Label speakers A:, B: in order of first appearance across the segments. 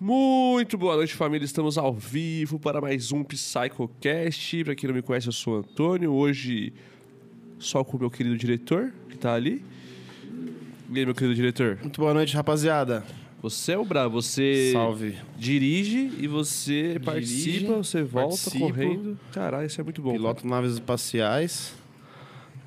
A: Muito boa noite, família. Estamos ao vivo para mais um PsychoCast. Para quem não me conhece, eu sou o Antônio. Hoje, só com o meu querido diretor, que tá ali. E aí, meu querido diretor?
B: Muito boa noite, rapaziada.
A: Você é o brabo, você
B: Salve.
A: dirige e você participa, você volta
B: participo.
A: correndo. Caralho, isso é muito bom.
B: Piloto naves espaciais.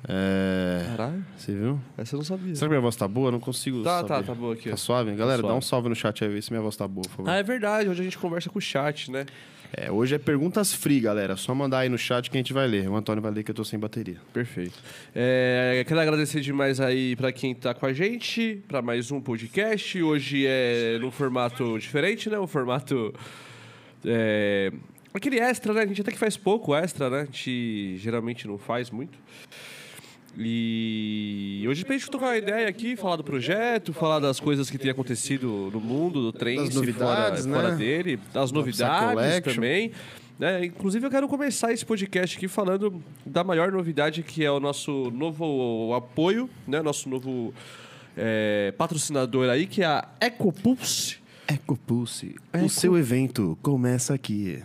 B: É.
A: Caralho,
B: Você viu?
A: essa eu não sabia.
B: Será que minha voz tá boa? Eu Não consigo.
A: Tá,
B: saber.
A: tá, tá boa aqui. ó.
B: Tá suave? Galera,
A: suave.
B: dá um salve no chat aí, ver se minha voz tá boa, por favor.
A: Ah, é verdade, hoje a gente conversa com o chat, né?
B: É, hoje é perguntas free, galera. Só mandar aí no chat que a gente vai ler. O Antônio vai ler que eu tô sem bateria.
A: Perfeito. É, quero agradecer demais aí pra quem tá com a gente, pra mais um podcast. Hoje é num formato diferente, né? Um formato. é, aquele extra, né? A gente até que faz pouco extra, né? A gente geralmente não faz muito. E hoje pra gente tocar uma ideia aqui, falar do projeto, falar das coisas que tem acontecido no mundo, do trem,
B: Das
A: se fora,
B: novidades, né?
A: fora dele, das novidades
B: Collection.
A: também. né? Inclusive, eu quero começar esse podcast aqui falando da maior novidade que é o nosso novo apoio, né? nosso novo eh, patrocinador aí, que é a EcoPulse.
B: Ecopulse. O seu evento começa aqui.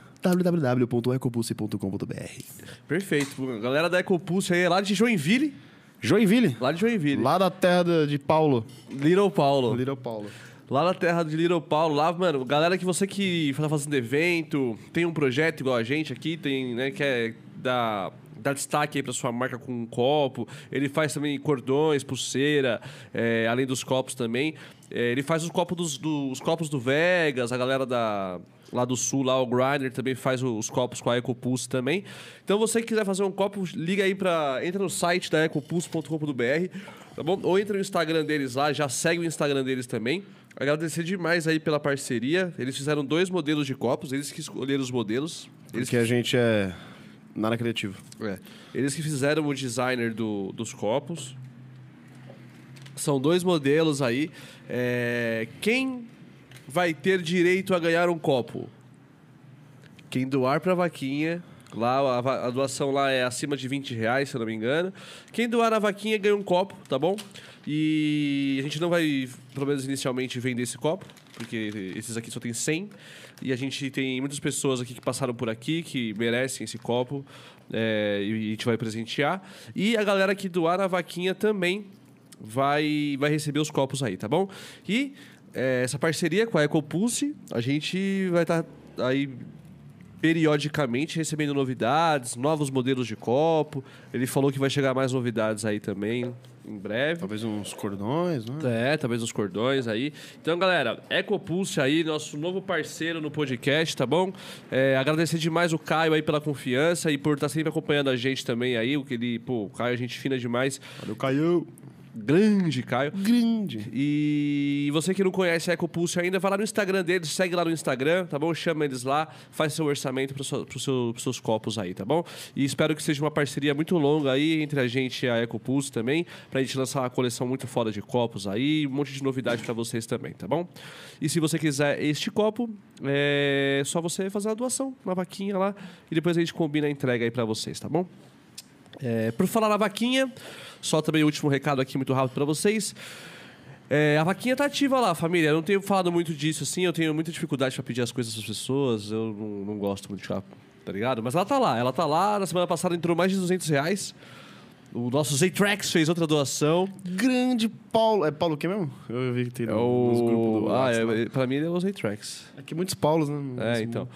B: www.ecopulse.com.br
A: Perfeito. A galera da EcoPulse aí é lá de Joinville.
B: Joinville?
A: Lá de Joinville.
B: Lá da terra da- de Paulo.
A: Little Paulo.
B: Little Paulo.
A: Lá na terra de Little Paulo, lá, mano, galera que você que tá fazendo evento, tem um projeto igual a gente aqui, tem, né, que é da dar destaque aí pra sua marca com um copo. Ele faz também cordões, pulseira, é, além dos copos também. É, ele faz os copos dos, do- os copos do Vegas, a galera da lá do sul, lá o Grinder também faz os copos com a EcoPulse também. Então você que quiser fazer um copo, liga aí pra. entra no site da ecopulse.com.br, tá bom? Ou entra no Instagram deles lá, já segue o Instagram deles também. Agradecer demais aí pela parceria. Eles fizeram dois modelos de copos, eles que escolheram os modelos. Eles
B: Porque a gente é. Nada criativo.
A: é. Eles que fizeram o designer do- dos copos. São dois modelos aí. É, quem vai ter direito a ganhar um copo? Quem doar pra vaquinha. Lá, a, va- a doação lá é acima de 20 reais, se eu não me engano. Quem doar na vaquinha ganha um copo, tá bom? E a gente não vai, pelo menos inicialmente, vender esse copo, porque esses aqui só tem 100. E a gente tem muitas pessoas aqui que passaram por aqui, que merecem esse copo, é, e a gente vai presentear. E a galera que doar na vaquinha também vai, vai receber os copos aí, tá bom? E é, essa parceria com a Ecopulse, a gente vai estar aí periodicamente recebendo novidades, novos modelos de copo. Ele falou que vai chegar mais novidades aí também em breve.
B: Talvez uns cordões, né?
A: É, talvez os cordões aí. Então, galera, Ecopulse aí, nosso novo parceiro no podcast, tá bom? É, agradecer demais o Caio aí pela confiança e por estar sempre acompanhando a gente também aí. O que ele, pô, o Caio, a gente fina demais.
B: Valeu, Caiu.
A: Grande Caio.
B: Grande.
A: E você que não conhece a EcoPulse ainda, vai lá no Instagram deles, segue lá no Instagram, tá bom? Chama eles lá, faz seu orçamento para seu, os seus copos aí, tá bom? E espero que seja uma parceria muito longa aí entre a gente e a EcoPulse também, pra gente lançar uma coleção muito foda de copos aí, um monte de novidade pra vocês também, tá bom? E se você quiser este copo, é só você fazer a doação, uma vaquinha lá, e depois a gente combina a entrega aí pra vocês, tá bom? É, por falar na vaquinha, só também o último recado aqui muito rápido pra vocês. É, a vaquinha tá ativa lá, família. Eu não tenho falado muito disso, assim. Eu tenho muita dificuldade pra pedir as coisas às pessoas. Eu não, não gosto muito de ficar, tá ligado? Mas ela tá lá. Ela tá lá. Na semana passada entrou mais de 200 reais. O nosso Z-Trax fez outra doação.
B: Grande Paulo. É Paulo o quê mesmo? Eu vi que tem nos grupos do
A: É Ah,
B: WhatsApp.
A: é, pra mim ele é o Z-Trax.
B: é... que muitos Paulos, né?
A: É, então.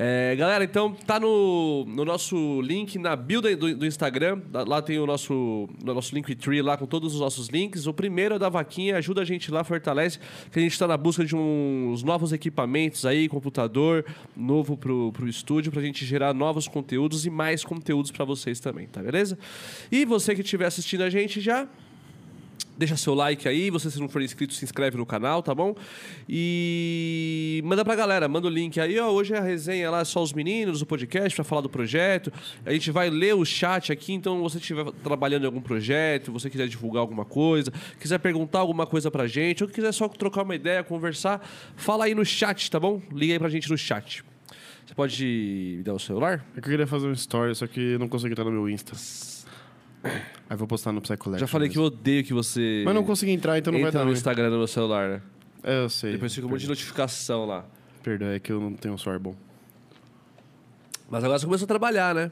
A: É, galera, então tá no, no nosso link na build do, do Instagram. Da- Lá tem o nosso, no nosso Linktree lá com todos os nossos links. O primeiro é da vaquinha, ajuda a gente lá, fortalece, que a gente tá na busca de uns novos equipamentos aí, computador novo pro, pro estúdio, pra gente gerar novos conteúdos e mais conteúdos pra vocês também, tá beleza? E você que estiver assistindo a gente já, Deixa seu like aí, você se não for inscrito, se inscreve no canal, tá bom? E manda pra galera, manda o link aí, ó. Hoje é a resenha lá, é só os meninos, o podcast, pra falar do projeto. A gente vai ler o chat aqui, então você estiver trabalhando em algum projeto, você quiser divulgar alguma coisa, quiser perguntar alguma coisa pra gente, ou quiser só trocar uma ideia, conversar, fala aí no chat, tá bom? Liga aí pra gente no chat. Você pode me dar o celular?
B: É que eu queria fazer um story, só que eu não consegui entrar no meu Insta. Aí vou postar no Psycolab.
A: Já falei que eu odeio que você.
B: Mas não consegui entrar, então não
A: entra
B: vai dar.
A: no
B: né?
A: Instagram no meu celular, né?
B: É, eu sei.
A: Depois fica um monte de notificação lá.
B: Perdão, é que eu não tenho um sorbon.
A: Mas agora você começou a trabalhar, né?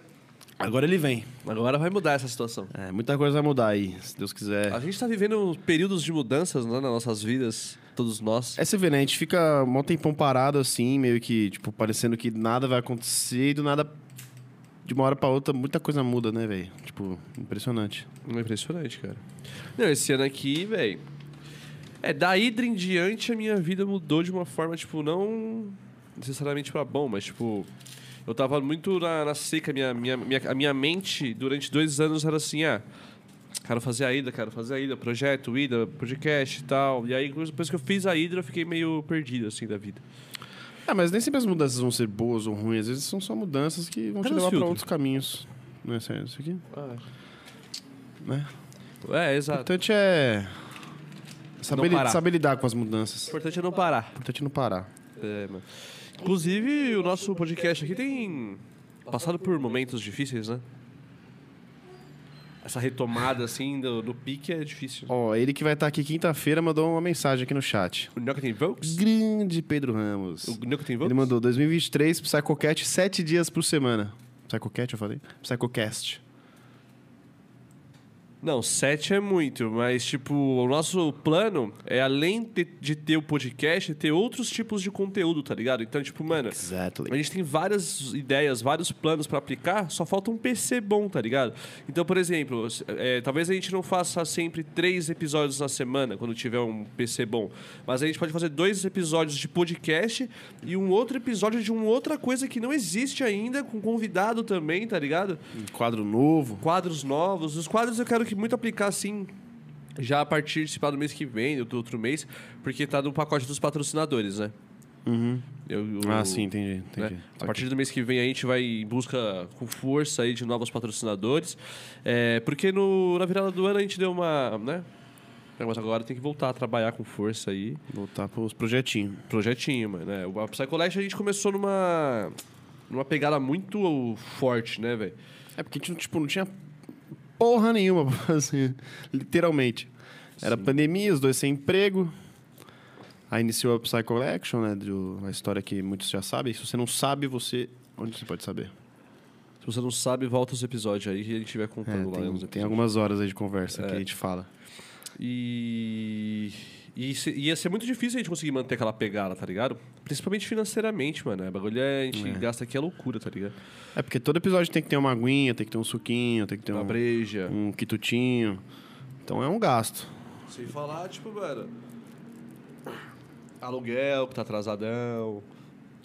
B: Agora ele vem.
A: Agora vai mudar essa situação.
B: É, muita coisa vai mudar aí, se Deus quiser.
A: A gente tá vivendo períodos de mudanças né, nas nossas vidas, todos nós.
B: É, você vê, né? A gente fica um tempão parado assim, meio que, tipo, parecendo que nada vai acontecer e do nada, de uma hora pra outra, muita coisa muda, né, velho? Tipo, impressionante.
A: É impressionante, cara. Não, esse ano aqui, velho. É, da Hydra em diante a minha vida mudou de uma forma, tipo, não necessariamente pra bom, mas tipo. Eu tava muito na, na seca, minha, minha, minha, a minha mente durante dois anos era assim, ah. Quero fazer a Hydra, quero fazer a Hydra, projeto, Hydra, podcast e tal. E aí, depois que eu fiz a Hydra, eu fiquei meio perdido, assim, da vida.
B: Ah, mas nem sempre as mudanças vão ser boas ou ruins, às vezes são só mudanças que vão
A: Cadê Tá.
B: te
A: os
B: levar pra
A: filtros?
B: outros caminhos. Não é sério isso aqui? Né?
A: É,
B: O
A: exato.
B: importante é saber,
A: parar.
B: saber lidar com as mudanças.
A: O
B: O
A: importante é não parar.
B: importante é não parar.
A: É, mano. Inclusive, o nosso podcast aqui tem passado por momentos difíceis, né? Essa retomada, assim, do, do pique é difícil.
B: Ó, ele que vai estar aqui quinta-feira mandou uma mensagem aqui no chat.
A: O Noctem Vokes?
B: Grande Pedro Ramos.
A: O Noctem Vokes?
B: Ele mandou 2023, Psychocat, sete dias por semana. Psychocat, eu falei? Psychocast.
A: Não, sete é muito, mas, tipo, o nosso plano é, além de, de ter o podcast, ter outros tipos de conteúdo, tá ligado? Então, tipo, mano,
B: Exactly.
A: a gente tem várias ideias, vários planos pra aplicar, só falta um PC bom, tá ligado? Então, por exemplo, s- é, talvez a gente não faça sempre três episódios na semana, quando tiver um PC bom, mas a gente pode fazer dois episódios de podcast e um outro episódio de uma outra coisa que não existe ainda, com convidado também, tá ligado?
B: Um quadro novo.
A: quadros novos. Os quadros eu quero que muito aplicar assim. Já a partir de, sei lá, do mês que vem, do outro mês, porque tá no pacote dos patrocinadores, né?
B: Uhum.
A: Eu, eu-
B: Ah, sim, entendi.
A: né?
B: entendi.
A: A partir do mês que vem a gente vai em busca com força aí de novos patrocinadores. É, porque no, na virada do ano a gente deu uma. né? Mas agora tem que voltar a trabalhar com força aí.
B: Voltar pros projetinhos.
A: Projetinho, mano. Né? O- A Psycolete a gente começou numa. numa pegada muito forte, né, velho?
B: É porque a gente, tipo, não tinha porra nenhuma pra fazer, literalmente. Era pandemia, os dois sem emprego. Aí iniciou a Psy Collection, né? do- a história que muitos já sabem. Se você não sabe, você. Onde você pode saber?
A: Se você não sabe, volta os episódios aí que a gente vai
B: É,
A: contando lá. né, nos
B: tem, tem
A: episódios.
B: algumas horas aí de conversa que a gente fala.
A: E. E se- ia ser muito difícil a gente conseguir manter aquela pegada, tá ligado? Principalmente financeiramente, mano. A bagulho é- a gente gasta aqui é loucura, tá ligado?
B: É porque todo episódio tem que ter uma aguinha, tem que ter um suquinho, tem que ter
A: Uma
B: um,
A: breja.
B: um quitutinho. Então é um gasto.
A: Sem falar, tipo, mano. Aluguel que tá atrasadão.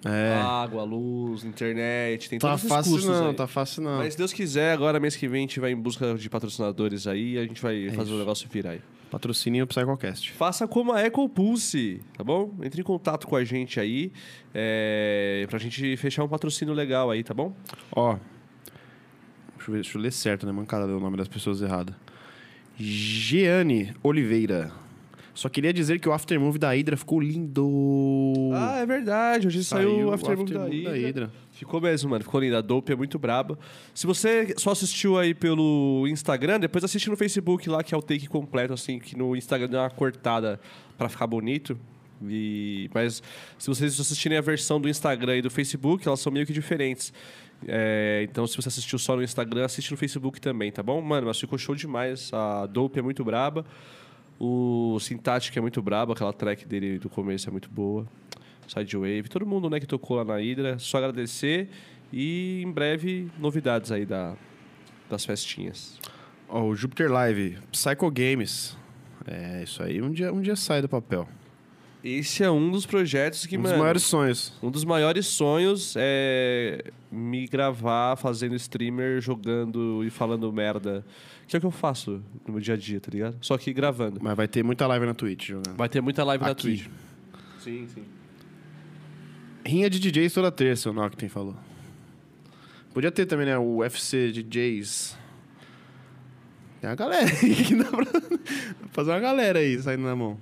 B: É.
A: Água, luz, internet. Tem
B: tá
A: todos Ah, então esses
B: fácil
A: custos
B: não,
A: aí.
B: tá fácil não.
A: Mas se Deus quiser, agora mês que vem a gente vai em busca de patrocinadores aí e a gente
B: É
A: vai fazer o negócio virar aí.
B: Patrocínio Psychocast.
A: Faça como a EcoPulse, tá bom? Entre em contato com a gente aí é, pra gente fechar um patrocínio legal aí, tá bom?
B: Ó. Deixa eu, ver, deixa eu ler certo, né? Mancada deu o nome das pessoas errada. Jeane Oliveira. Só queria dizer que o aftermovie da Hydra ficou lindo.
A: Ah, é verdade. Hoje saiu o Aftermovie da
B: Aftermovie
A: Hydra. Ficou mesmo, mano. Ficou linda. A Dope é muito braba. Se você só assistiu aí pelo Instagram, depois assiste no Facebook lá, que é o take completo, assim, que no Instagram deu uma cortada pra ficar bonito. E... Mas se vocês assistirem a versão do Instagram e do Facebook, elas são meio que diferentes. É, então, se você assistiu só no Instagram, assiste no Facebook também, tá bom? Mano, mas ficou show demais. A Dope é muito braba. O Sintático é muito brabo, aquela track dele do começo é muito boa. Sidewave, todo mundo né, que tocou lá na Hydra, só agradecer. E em breve, novidades aí da, das festinhas.
B: Ó, o Jupiter Live. Psycho Games. É, isso aí um dia, um dia sai do papel.
A: Esse é um dos projetos que,
B: um
A: mano,
B: dos maiores sonhos.
A: um dos maiores sonhos é me gravar fazendo streamer, jogando e falando merda. Que é o que eu faço no meu dia a dia, tá ligado? Só que gravando.
B: Mas vai ter muita live na Twitch jogando.
A: Vai ter muita live na
B: Aqui.
A: Twitch. Sim, sim.
B: Rinha de DJs toda terça, o Noctem falou. Podia ter também, né? O UFC DJs. Tem uma galera aí que dá pra fazer uma galera aí saindo na mão.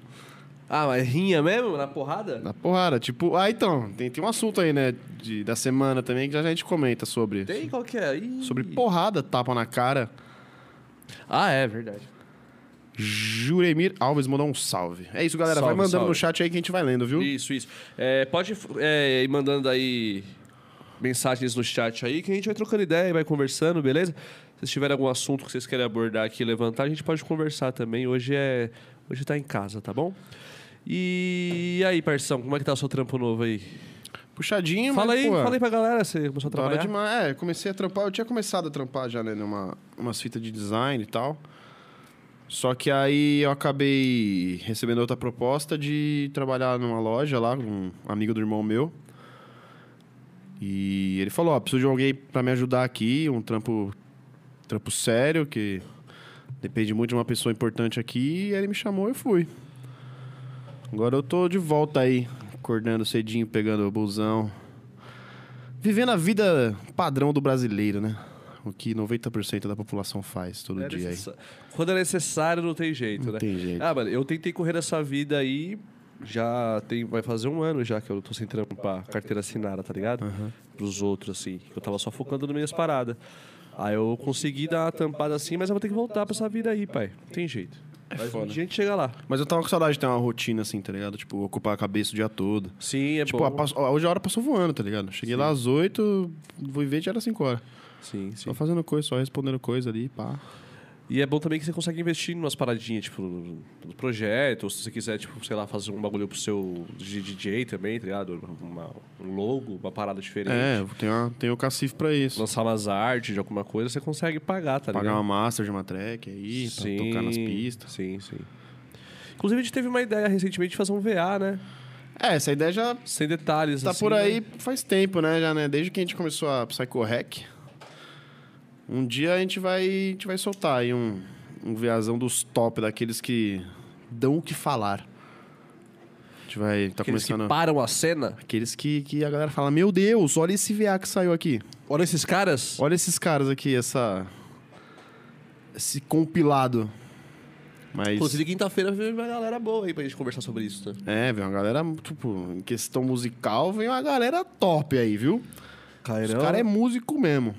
A: Ah, mas rinha mesmo? Na porrada?
B: Na porrada. Tipo, ah, então, tem, tem um assunto aí, né? de- da semana também que já, já a gente comenta sobre.
A: Tem qual que é? Ih.
B: Sobre porrada, tapa na cara.
A: Ah, é verdade.
B: Juremir Alves mandou um salve. É isso, galera. vai
A: Salve,
B: mandando
A: salve.
B: no chat aí que a gente vai lendo, viu?
A: Isso, isso. É, pode é, ir mandando aí mensagens no chat aí, que a gente vai trocando ideia e vai conversando, beleza? Se vocês tiverem algum assunto que vocês querem abordar aqui e levantar, a gente pode conversar também. Hoje é. Hoje tá em casa, tá bom? E aí, parção, como é que tá o seu trampo novo aí?
B: Puxadinho,
A: fala
B: mas,
A: aí,
B: pô,
A: fala aí pra galera, você começou a
B: da hora
A: trabalhar.
B: demais. É, comecei a trampar. Eu tinha começado a trampar já, né? Numa, umas fitas de design e tal. Só que aí eu acabei recebendo outra proposta de trabalhar numa loja lá com um amigo do irmão meu. E ele falou, ó, preciso de alguém pra me ajudar aqui, um trampo trampo sério que depende muito de uma pessoa importante aqui, e ele me chamou e eu fui. Agora eu tô de volta aí, acordando cedinho, pegando o busão. Vivendo a vida padrão do brasileiro, né? O que 90% da população faz todo
A: É
B: dia aí.
A: necessa- Quando é necessário, não tem jeito,
B: Não
A: né?
B: tem jeito.
A: Ah, mano, eu tentei correr essa vida aí. Já tem. Vai fazer um ano já que eu tô sem trampar carteira assinada, tá ligado? Pros outros, assim. que Eu tava só focando nas minhas paradas. Aí eu consegui dar uma tampada assim, mas eu vou ter que voltar pra essa vida aí, pai. Não tem jeito.
B: É
A: mas um dia a gente chega lá.
B: Mas eu tava com saudade de ter uma rotina assim, tá ligado? Tipo, ocupar a cabeça o dia todo.
A: Sim, é
B: Tipo,
A: bom.
B: a passo- ó, hoje a hora passou voando, tá ligado? Cheguei lá às 8, vou ver já era 5 horas.
A: Sim, sim.
B: Só fazendo coisa, só respondendo coisa ali, pá.
A: E é bom também que você consegue investir em umas paradinhas, tipo, no no projeto, ou se você quiser, tipo, sei lá, fazer um bagulho pro seu de DJ também, tá ligado? Uma- um logo, uma parada diferente.
B: É, tem, uma, tem o cacife pra isso.
A: lançar umas artes de alguma coisa, você consegue pagar, tá
B: Pagar
A: ligado?
B: uma master de uma track aí, pra tocar nas pistas.
A: Sim, sim. Inclusive, a gente teve uma ideia recentemente de fazer um VA, né?
B: É, essa ideia já
A: Sem detalhes.
B: tá
A: assim,
B: por
A: né?
B: aí faz tempo, né? Já, né? Desde que a gente começou a Psycho Hack. Um dia a gente vai, a gente vai soltar aí um, um viazão dos top, daqueles que dão o que falar. A gente vai. Tá
A: Aqueles
B: começando.
A: que param a cena.
B: Aqueles que, que a galera fala: Meu Deus, olha esse VA que saiu aqui.
A: Olha esses caras.
B: Olha esses caras aqui, essa. Esse compilado. Mas.
A: Inclusive, quinta-feira veio uma galera boa aí pra gente conversar sobre isso, né?
B: É, vem uma galera, tipo, em questão musical, vem uma galera top aí, viu? Os
A: Cairão.
B: caras é músico mesmo.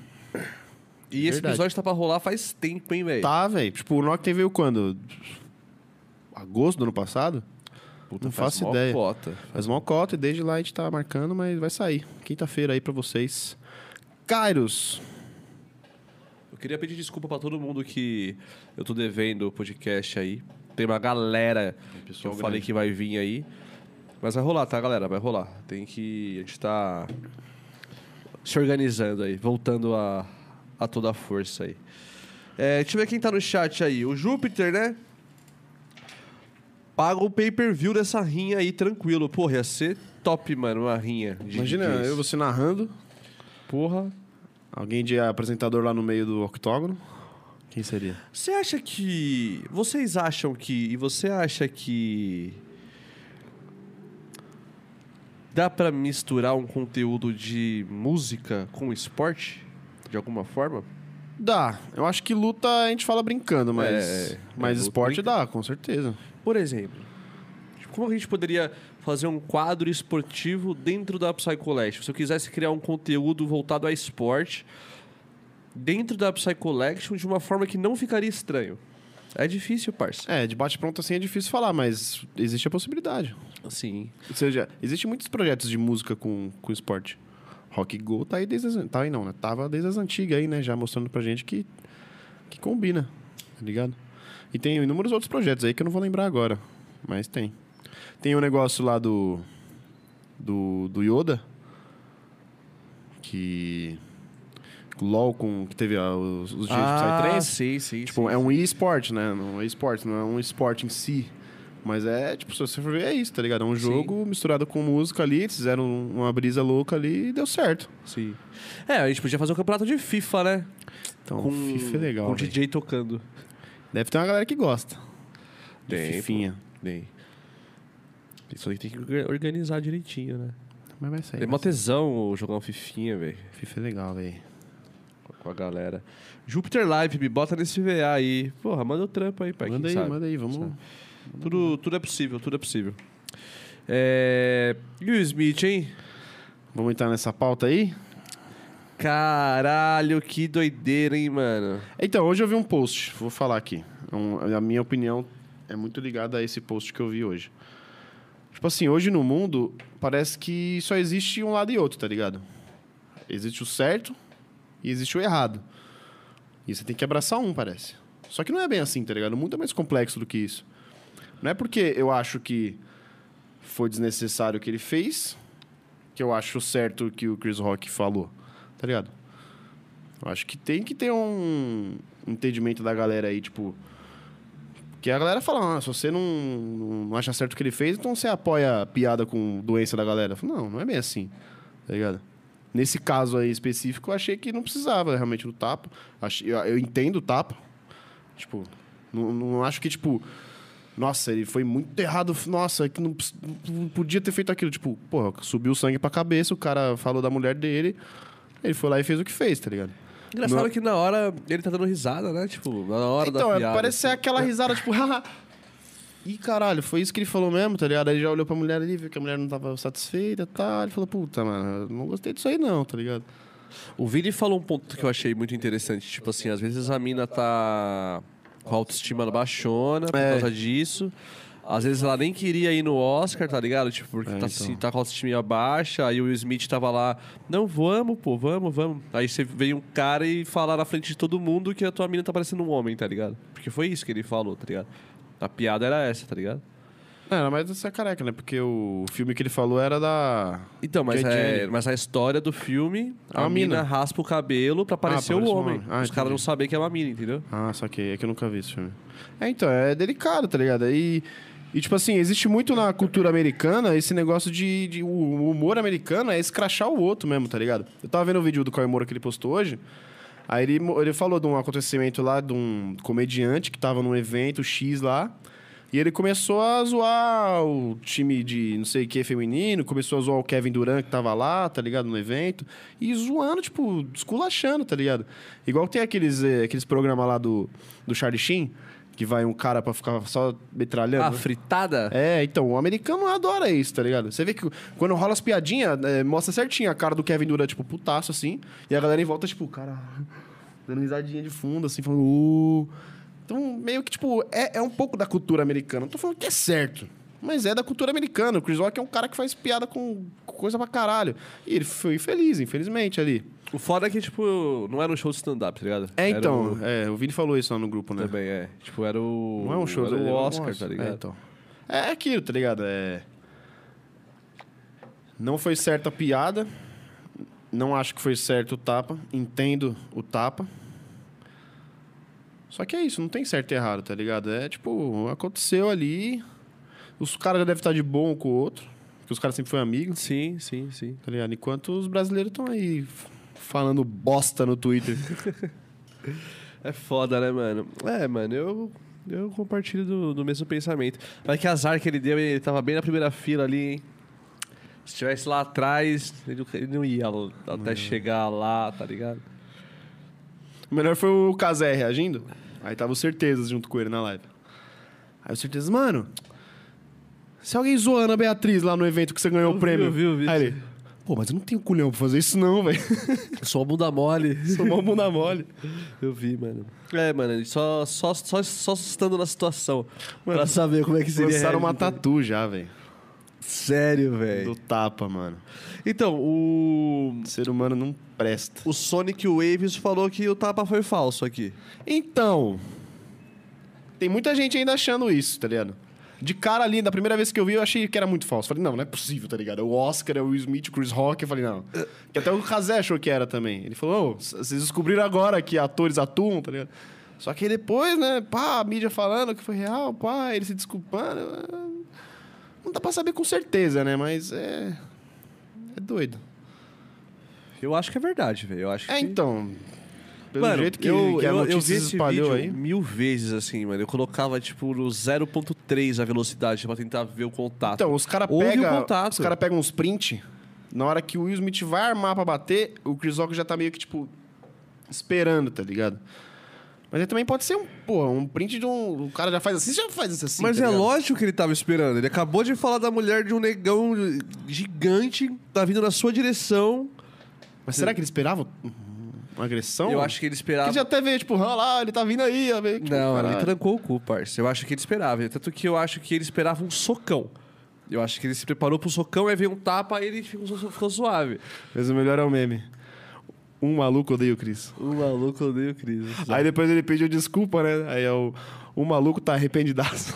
A: E esse
B: Verdade.
A: episódio tá pra rolar faz tempo, hein, velho?
B: Tá, velho. Tipo, o Noctem veio quando? Agosto do ano passado?
A: Puta,
B: não
A: faz
B: faço
A: mó
B: ideia.
A: Cota.
B: Faz mal cota e desde lá a gente tá marcando, mas vai sair. Quinta-feira aí pra vocês. Kairos.
A: Eu queria pedir desculpa pra todo mundo que eu tô devendo o podcast aí. Tem uma galera que eu
B: grande.
A: falei que vai vir aí. Mas vai rolar, tá, galera? Vai rolar. Tem que. A gente tá se organizando aí, voltando a, a toda a força aí. É, deixa eu ver quem tá no chat aí. O Júpiter, né? Paga o pay-per-view dessa rinha aí, tranquilo. Porra, ia ser top, mano, uma rinha. de
B: Imagina,
A: DJs.
B: eu você narrando.
A: Porra.
B: Alguém de apresentador lá no meio do octógono. Quem seria?
A: Você acha que. Vocês acham que. E você acha que. Dá pra misturar um conteúdo de música com esporte? De alguma forma?
B: Dá. Eu acho que luta a gente fala brincando, mas.
A: É, é.
B: mas
A: É, luta
B: esporte dá, com certeza.
A: Por exemplo, tipo, como a gente poderia fazer um quadro esportivo dentro da Psycollection? Se eu quisesse criar um conteúdo voltado a esporte dentro da Psycollection de uma forma que não ficaria estranho. É difícil, parça.
B: É, de bate-pronto assim é difícil falar, mas existe a possibilidade.
A: Sim.
B: Ou seja, existem muitos projetos de música com, com esporte. Rock Go tá aí desde as, tá aí não, né? Tava desde as antigas aí, né? Já mostrando pra gente que, que combina, tá ligado? E tem inúmeros outros projetos aí que eu não vou lembrar agora, mas tem. Tem o negócio lá do do, do Yoda que LOL com que teve ah, os, os dias de Psytrance.
A: sim, sim.
B: Tipo, é um e-sport, né? Não é esporte, não é um esporte em si. Mas é, tipo, se você for ver, é isso, tá ligado? É um
A: Sim.
B: jogo misturado com música ali, eles fizeram um- uma brisa louca ali e deu certo.
A: Sim. É, a gente podia fazer um campeonato de FIFA, né?
B: Então, FIFA é legal.
A: Com
B: velho.
A: DJ tocando.
B: Deve ter uma galera que gosta. de
A: Tem, pô.
B: Fifinha.
A: Bem. Isso aí tem que orga- organizar direitinho, né?
B: Mas vai sair.
A: É mó tesão jogar um fifinha, velho,
B: FIFA é legal, velho.
A: com a galera. Júpiter Live, me bota nesse VA aí. Porra, manda o trampo aí, pai.
B: Manda aí,
A: quem sabe?
B: manda aí, vamos.
A: Sabe. Tudo, tudo é possível, tudo é possível. É... E o Smith, hein?
B: Vamos entrar nessa pauta aí?
A: Caralho, que doideira, hein, mano?
B: Então, hoje eu vi um post, vou falar aqui. É um- a minha opinião é muito ligada a esse post que eu vi hoje. Tipo assim, hoje no mundo, parece que só existe um lado e outro, tá ligado? Existe o certo e existe o errado. E você tem que abraçar um, parece. Só que não é bem assim, tá ligado? O mundo é mais complexo do que isso. Não é porque eu acho que foi desnecessário o que ele fez que eu acho certo o que o Chris Rock falou, tá ligado? Eu acho que tem que ter um entendimento da galera aí, tipo. Que a galera fala, ah, se você não, não acha certo o que ele fez, então você apoia a piada com doença da galera. Eu falo, não, não é bem assim, tá ligado? Nesse caso aí específico, eu achei que não precisava realmente do tapa. Achei- Eu, eu entendo o tapa. Tipo, não, não acho que, tipo, nossa, ele foi muito errado. Nossa, que não, pres- não podia ter feito aquilo. Tipo, porra, subiu o sangue pra cabeça, o cara falou da mulher dele. Ele foi lá e fez o que fez, tá ligado?
A: Engraçado
B: Não-
A: que na hora ele tá dando risada, né? Tipo, na hora
B: Então,
A: da
B: é,
A: piada. assim.
B: parece ser aquela risada, tipo, haha. Ih, caralho, foi isso que ele falou mesmo, tá ligado? Aí ele já olhou pra mulher ali, viu que a mulher não tava satisfeita e tal. Ele falou, puta, mano, eu não gostei disso aí não, tá ligado?
A: O Vini falou um ponto que eu achei muito interessante. Tipo assim, às vezes a mina tá com a autoestima baixona por
B: É.
A: causa disso. Às vezes ela nem queria ir no Oscar, tá ligado? Tipo, porque
B: É,
A: tá,
B: então.
A: se- tá com a autoestima baixa. Aí o Will Smith tava lá, não, vamos, pô, vamos, vamos. Aí você veio um cara e falar na frente de todo mundo que a tua mina tá parecendo um homem, tá ligado? Porque foi isso que ele falou, tá ligado? A piada era essa, tá ligado?
B: Não, era mais essa careca, né? Porque o filme que ele falou era da.
A: Então, mas,
B: Que é
A: é,
B: Jenny.
A: mas a história do filme, a,
B: É uma
A: mina.
B: mina.
A: raspa o cabelo pra parecer o
B: parece um
A: homem.
B: homem. Ah,
A: Os caras
B: entendi.
A: não sabem que é uma mina, entendeu?
B: Ah, saquei. É que eu nunca vi esse filme. É, então, é delicado, tá ligado? E, e tipo assim, existe muito na cultura americana esse negócio de, de- O humor americano é escrachar o outro mesmo, tá ligado? Eu tava vendo o vídeo do Caio Moura que ele postou hoje. Aí ele, mo- ele falou de um acontecimento lá de um comediante que tava num evento X lá. E ele começou a zoar o time de não sei o que feminino, começou a zoar o Kevin Durant que tava lá, tá ligado? No evento. E zoando, tipo, esculachando, tá ligado? Igual tem aqueles, eh, aqueles programas lá do, do Charlie Sheen, que vai um cara pra ficar só metralhando.
A: Ah,
B: né?
A: fritada?
B: É, então, o americano adora isso, tá ligado? Você vê que quando rola as piadinhas, é, mostra certinho a cara do Kevin Durant, tipo, putaço, assim. E a galera em volta, tipo, cara, dando risadinha de fundo, assim, falando... "Uh". Então, meio que, tipo, é, é um pouco da cultura americana. Não tô falando que é certo, mas é da cultura americana. O Chris Rock é um cara que faz piada com coisa pra caralho. E ele foi infeliz, infelizmente, ali.
A: O foda é que, tipo, não era um show de stand-up, tá ligado?
B: É,
A: Era
B: então,
A: o-
B: é, o Vini falou isso lá no grupo, né?
A: Também, é. Tipo, era o...
B: Não é um show
A: era o
B: dele, é um
A: Oscar, tá
B: É,
A: ligado?
B: então. É aquilo, tá ligado? É... Não foi certa a piada. Não acho que foi certo o tapa. Entendo o tapa. Só que é isso, não tem certo e errado, tá ligado? É tipo, aconteceu ali. Os caras já devem estar de bom um com o outro. Porque os caras sempre foram amigos,
A: Sim, sim, sim.
B: tá ligado? Enquanto os brasileiros estão aí f- falando bosta no Twitter.
A: É foda, né, mano? É, mano, eu... Eu compartilho do, do mesmo pensamento. Mas que azar que ele deu, ele tava bem na primeira fila ali, hein? Se tivesse lá atrás, ele, ele não ia até chegar lá, tá ligado?
B: O melhor foi o Kazé reagindo. Aí tava o Certezas junto com ele na live. Aí o Certezas, mano, se alguém zoando a Beatriz lá no evento que você ganhou
A: Eu
B: o
A: vi,
B: prêmio.
A: eu vi, eu vi.
B: Aí ele, pô, mas eu não tenho culhão pra fazer isso não, velho.
A: Só bunda mole.
B: Sou mó bunda mole.
A: Eu vi, mano. É, mano, ele só, só, só, só assustando na situação. pra saber como é que seria.
B: Lançaram uma
A: reality.
B: tatu já, velho.
A: Sério, velho.
B: Do tapa, mano.
A: Então, o.
B: O ser humano não presta.
A: O Sonic Waves falou que o tapa foi falso aqui.
B: Então, tem muita gente ainda achando isso, tá ligado? De cara ali, da primeira vez que eu vi, eu achei que era muito falso. Falei, não, não é possível, tá ligado? É O Oscar, é o Will Smith, o Chris Rock. Eu falei, não. Que até o Kazé achou que era também. Ele falou, ô, c- vocês descobriram agora que atores atuam, tá ligado? Só que aí depois, né, pá, a mídia falando que foi real, pá, ele se desculpando. eh, Não dá pra saber com certeza, né? Mas é. É doido.
A: Eu acho que é verdade, velho. Eu acho
B: É,
A: que.
B: então. Pelo
A: mano,
B: jeito que,
A: eu,
B: que a
A: eu, eu
B: notícia
A: vi
B: se
A: esse
B: espalhou
A: vídeo
B: aí.
A: mil vezes, assim, mano. Eu colocava, tipo, no 0.3 a velocidade pra tentar ver o contato.
B: Então, os caras
A: Houve o
B: pegam.
A: contato.
B: Os caras pegam uns print. Na hora que o Will Smith vai armar pra bater, o Chris Rock já tá meio que, tipo, esperando, tá ligado? Mas ele também pode ser um, porra, um print de um. O cara já faz assim, já faz isso assim.
A: Mas
B: tá
A: é
B: ligado?
A: lógico que ele tava esperando. Ele acabou de falar da mulher de um negão gigante, tá vindo na sua direção.
B: Mas será que ele esperava? um, Uma agressão?
A: Eu acho que ele esperava.
B: Ele já até veio, tipo, ah lá, ele tá vindo aí. ó, veio aqui,
A: Não,
B: caralho.
A: ele trancou o cu, parça. Eu acho que ele esperava. Tanto que eu acho que ele esperava um socão. Eu acho que ele se preparou pro socão, aí veio um tapa, aí ele ficou, ficou suave.
B: Mas o melhor é o meme. Um maluco odeia o Cris.
A: O maluco odeia o Cris.
B: Aí depois ele pediu desculpa, né? Aí é o, o maluco tá arrependidaço.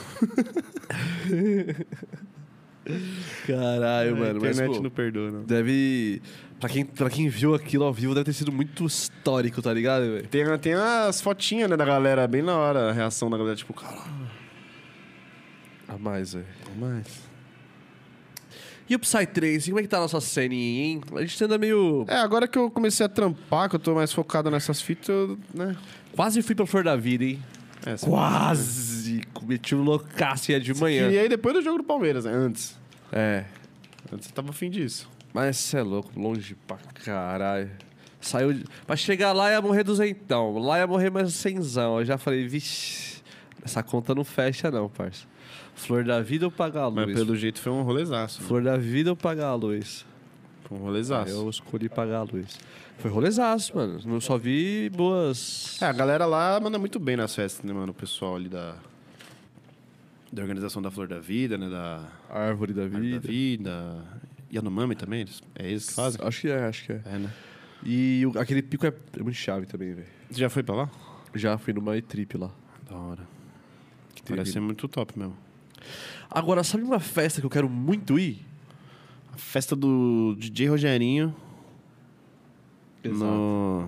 A: Caralho, mano.
B: a
A: Mas,
B: internet
A: pô,
B: não perdoa, não.
A: deve... Pra quem, pra quem viu aquilo ao vivo, deve ter sido muito histórico, tá ligado, velho?
B: Tem, tem as fotinhas, né, da galera, bem na hora, a reação da galera, tipo, caralho,
A: A mais, velho.
B: mas...
A: E o Psy 3, como é que tá a nossa ceninha, hein? A gente anda meio...
B: É, agora que eu comecei a trampar, que eu tô mais focado nessas fitas, eu, né?
A: Quase fui pra Flor da Vida, hein?
B: É, você-
A: Quase! Cometi um loucácia de manhã.
B: E aí depois do jogo do Palmeiras, né? Antes.
A: É.
B: Antes eu tava afim disso.
A: Mas você é louco, longe pra caralho. Saiu. De... Pra chegar lá ia morrer duzentão. Lá ia morrer mais um cenzão. Eu já falei, vixi, essa conta não fecha, não, parça. Flor da vida ou pagar a
B: Mas
A: luz?
B: pelo jeito foi um rolezaço. né?
A: Flor da vida ou pagar a luz?
B: Foi um rolezaço.
A: Eu escolhi pagar a luz. Foi rolezaço, mano. Eu só vi boas.
B: É, a galera lá manda muito bem nas festas, né, mano? O pessoal ali da... Da organização da Flor da Vida, né? Da
A: Árvore da
B: Árvore da
A: vida.
B: Vida. Yanomami também, eles- é eles que fazem?
A: Acho que é, acho que é.
B: É, né?
A: E o- aquele pico é é muito chave também, velho.
B: Você já foi pra lá?
A: Já fui numa trip lá.
B: Da hora.
A: que teve.
B: Parece ser muito top mesmo.
A: Agora, sabe uma festa que eu quero muito ir?
B: A festa do DJ Rogerinho no,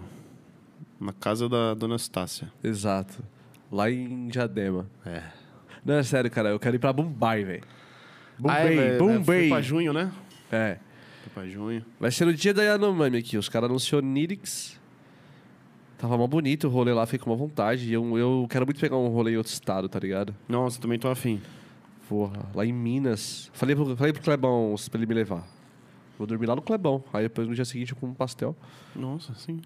B: na casa da Dona Estácia.
A: Exato. Lá em Diadema.
B: É.
A: Não, é sério, cara. Eu quero ir pra Bombay, velho.
B: ah,
A: Bombay,
B: é, né? Foi
A: Bombay.
B: pra junho, né?
A: É.
B: Foi pra junho.
A: Vai ser no dia da Yanomami aqui. Os caras anunciou Nirix. Tava mó bonito o rolê lá, fiquei com uma vontade. E eu, eu quero muito pegar um rolê em outro estado, tá ligado?
B: Nossa, também tô afim.
A: Porra, lá em Minas. Falei pro, falei pro Clebão pra ele me levar. Vou dormir lá no Clebão. Aí depois no dia seguinte eu como um pastel.
B: Nossa, sim.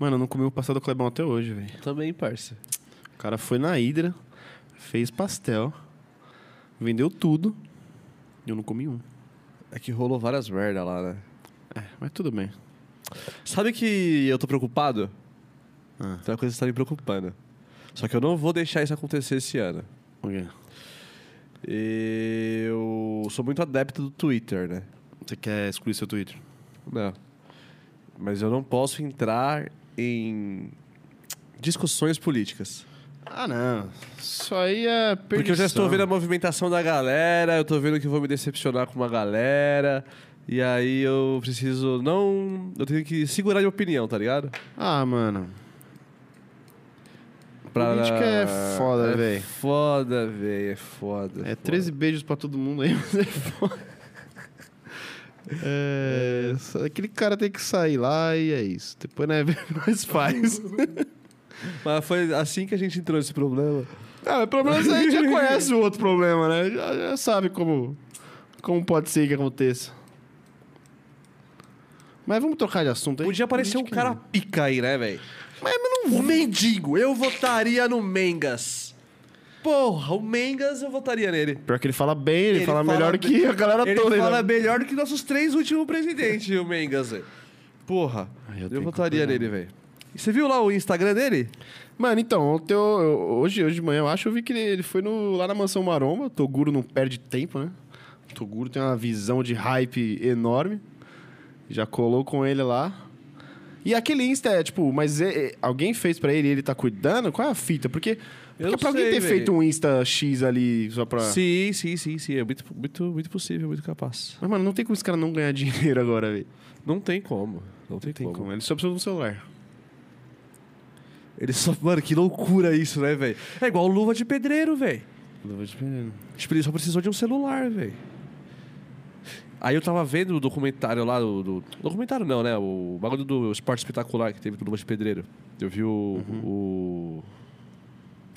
B: Mano, eu não comi o pastel do Clebão até hoje, velho.
A: Também, parça.
B: O cara foi na Hidra, fez pastel, vendeu tudo e eu não comi um.
A: É que rolou várias merda lá, né?
B: É, mas tudo bem.
A: Sabe que eu tô preocupado?
B: Ah.
A: Tem uma coisa que tá me preocupando. Só que eu não vou deixar isso acontecer esse ano.
B: O quê?
A: Eu sou muito adepto do Twitter, né?
B: Você quer excluir seu Twitter?
A: Não. né? Mas eu não posso entrar em discussões políticas.
B: Ah, não. Isso aí é perdição.
A: Porque eu já estou vendo a movimentação da galera, eu tô vendo que eu vou me decepcionar com uma galera. E aí eu preciso não. Eu tenho que segurar minha opinião, tá ligado?
B: Ah, mano. Política é foda,
A: é
B: véi.
A: Foda, velho. É foda. foda.
B: É 13 beijos pra todo mundo aí, mas é foda. É, só- aquele cara tem que sair lá e é isso. Depois, né, nós faz.
A: Mas foi assim que a gente entrou nesse problema.
B: Ah, mas pelo menos a gente já conhece o outro problema, né? Já, já sabe como, como pode ser que aconteça. Mas vamos trocar de assunto aí.
A: Podia aparecer um
B: Política,
A: cara
B: né?
A: pica aí, né, velho? Mas eu não O mendigo, eu votaria no Mengas. Porra, o Mengas eu votaria nele.
B: Pior que ele fala bem, ele, fala, melhor
A: bem-
B: que a galera
A: Ele
B: toda.
A: fala
B: né?
A: melhor do que nossos três últimos presidentes, o Mengas. velho. Porra,
B: Aí eu
A: Ah, eu,
B: tenho que
A: votaria
B: concordar.
A: nele, velho. E Você viu lá o Instagram dele?
B: Mano, então, ontem eu- eu- hoje, hoje de manhã, eu acho, eu vi que ele, ele foi no- lá na Mansão Maromba. Toguro não perde tempo, né? Toguro tem uma visão de hype enorme. Já colou com ele lá. E aquele Insta é, tipo, mas é- é- alguém fez pra ele e ele tá cuidando? Qual é a fita? Porque,
A: Eu
B: porque
A: não
B: pra alguém
A: sei,
B: ter
A: velho.
B: feito um Insta X ali só
A: Ah.
B: pra...
A: Sim, sim, sim, sim. É muito, muito, muito possível, muito capaz.
B: Mas, mano, não tem como esse cara não ganhar dinheiro agora, velho.
A: Não tem como. Não tem,
B: Tem
A: como.
B: como. Ele só precisa de um celular.
A: Ele só. Mano, que loucura isso, né, velho? É igual luva de pedreiro, velho.
B: Não vou te perdendo.
A: Tipo, ele só precisou de um celular, velho. Aí eu tava vendo o documentário lá, do, do- Documentário não, né? O bagulho do esporte espetacular que teve do Lumas de Pedreiro. Eu vi o. O,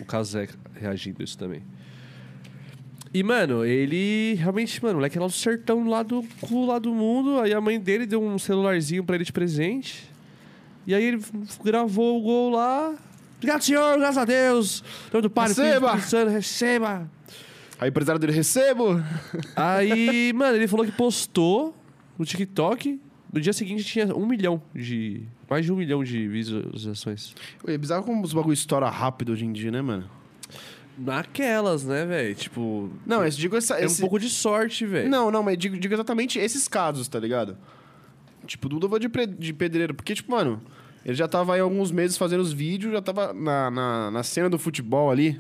A: o Kazé reagindo a isso também. E, mano, ele realmente, mano, o moleque é lá do sertão lá do cu lá do mundo. Aí a mãe dele deu um celularzinho pra ele de presente. E aí ele f- gravou o gol lá. Obrigado, senhor, graças a Deus. Em nome do Pai, do Filho, do
B: Receba!
A: Espírito Santo, receba!
B: Aí o empresário dele, recebo!
A: Aí, mano, ele falou que postou no TikTok. No dia seguinte tinha um milhão de mais de um milhão de visualizações.
B: É bizarro como os bagulho estoura rápido hoje em dia, né, mano?
A: Naquelas, né, velho? Tipo,
B: Não, eu digo essa,
A: é um
B: esse-
A: pouco de sorte, velho.
B: Não, não, mas digo, digo exatamente esses casos, tá ligado? Tipo, do Duva de, pre- de pedreiro. Porque, tipo, mano, ele já tava aí há alguns meses fazendo os vídeos, já tava na, na, na cena do futebol ali.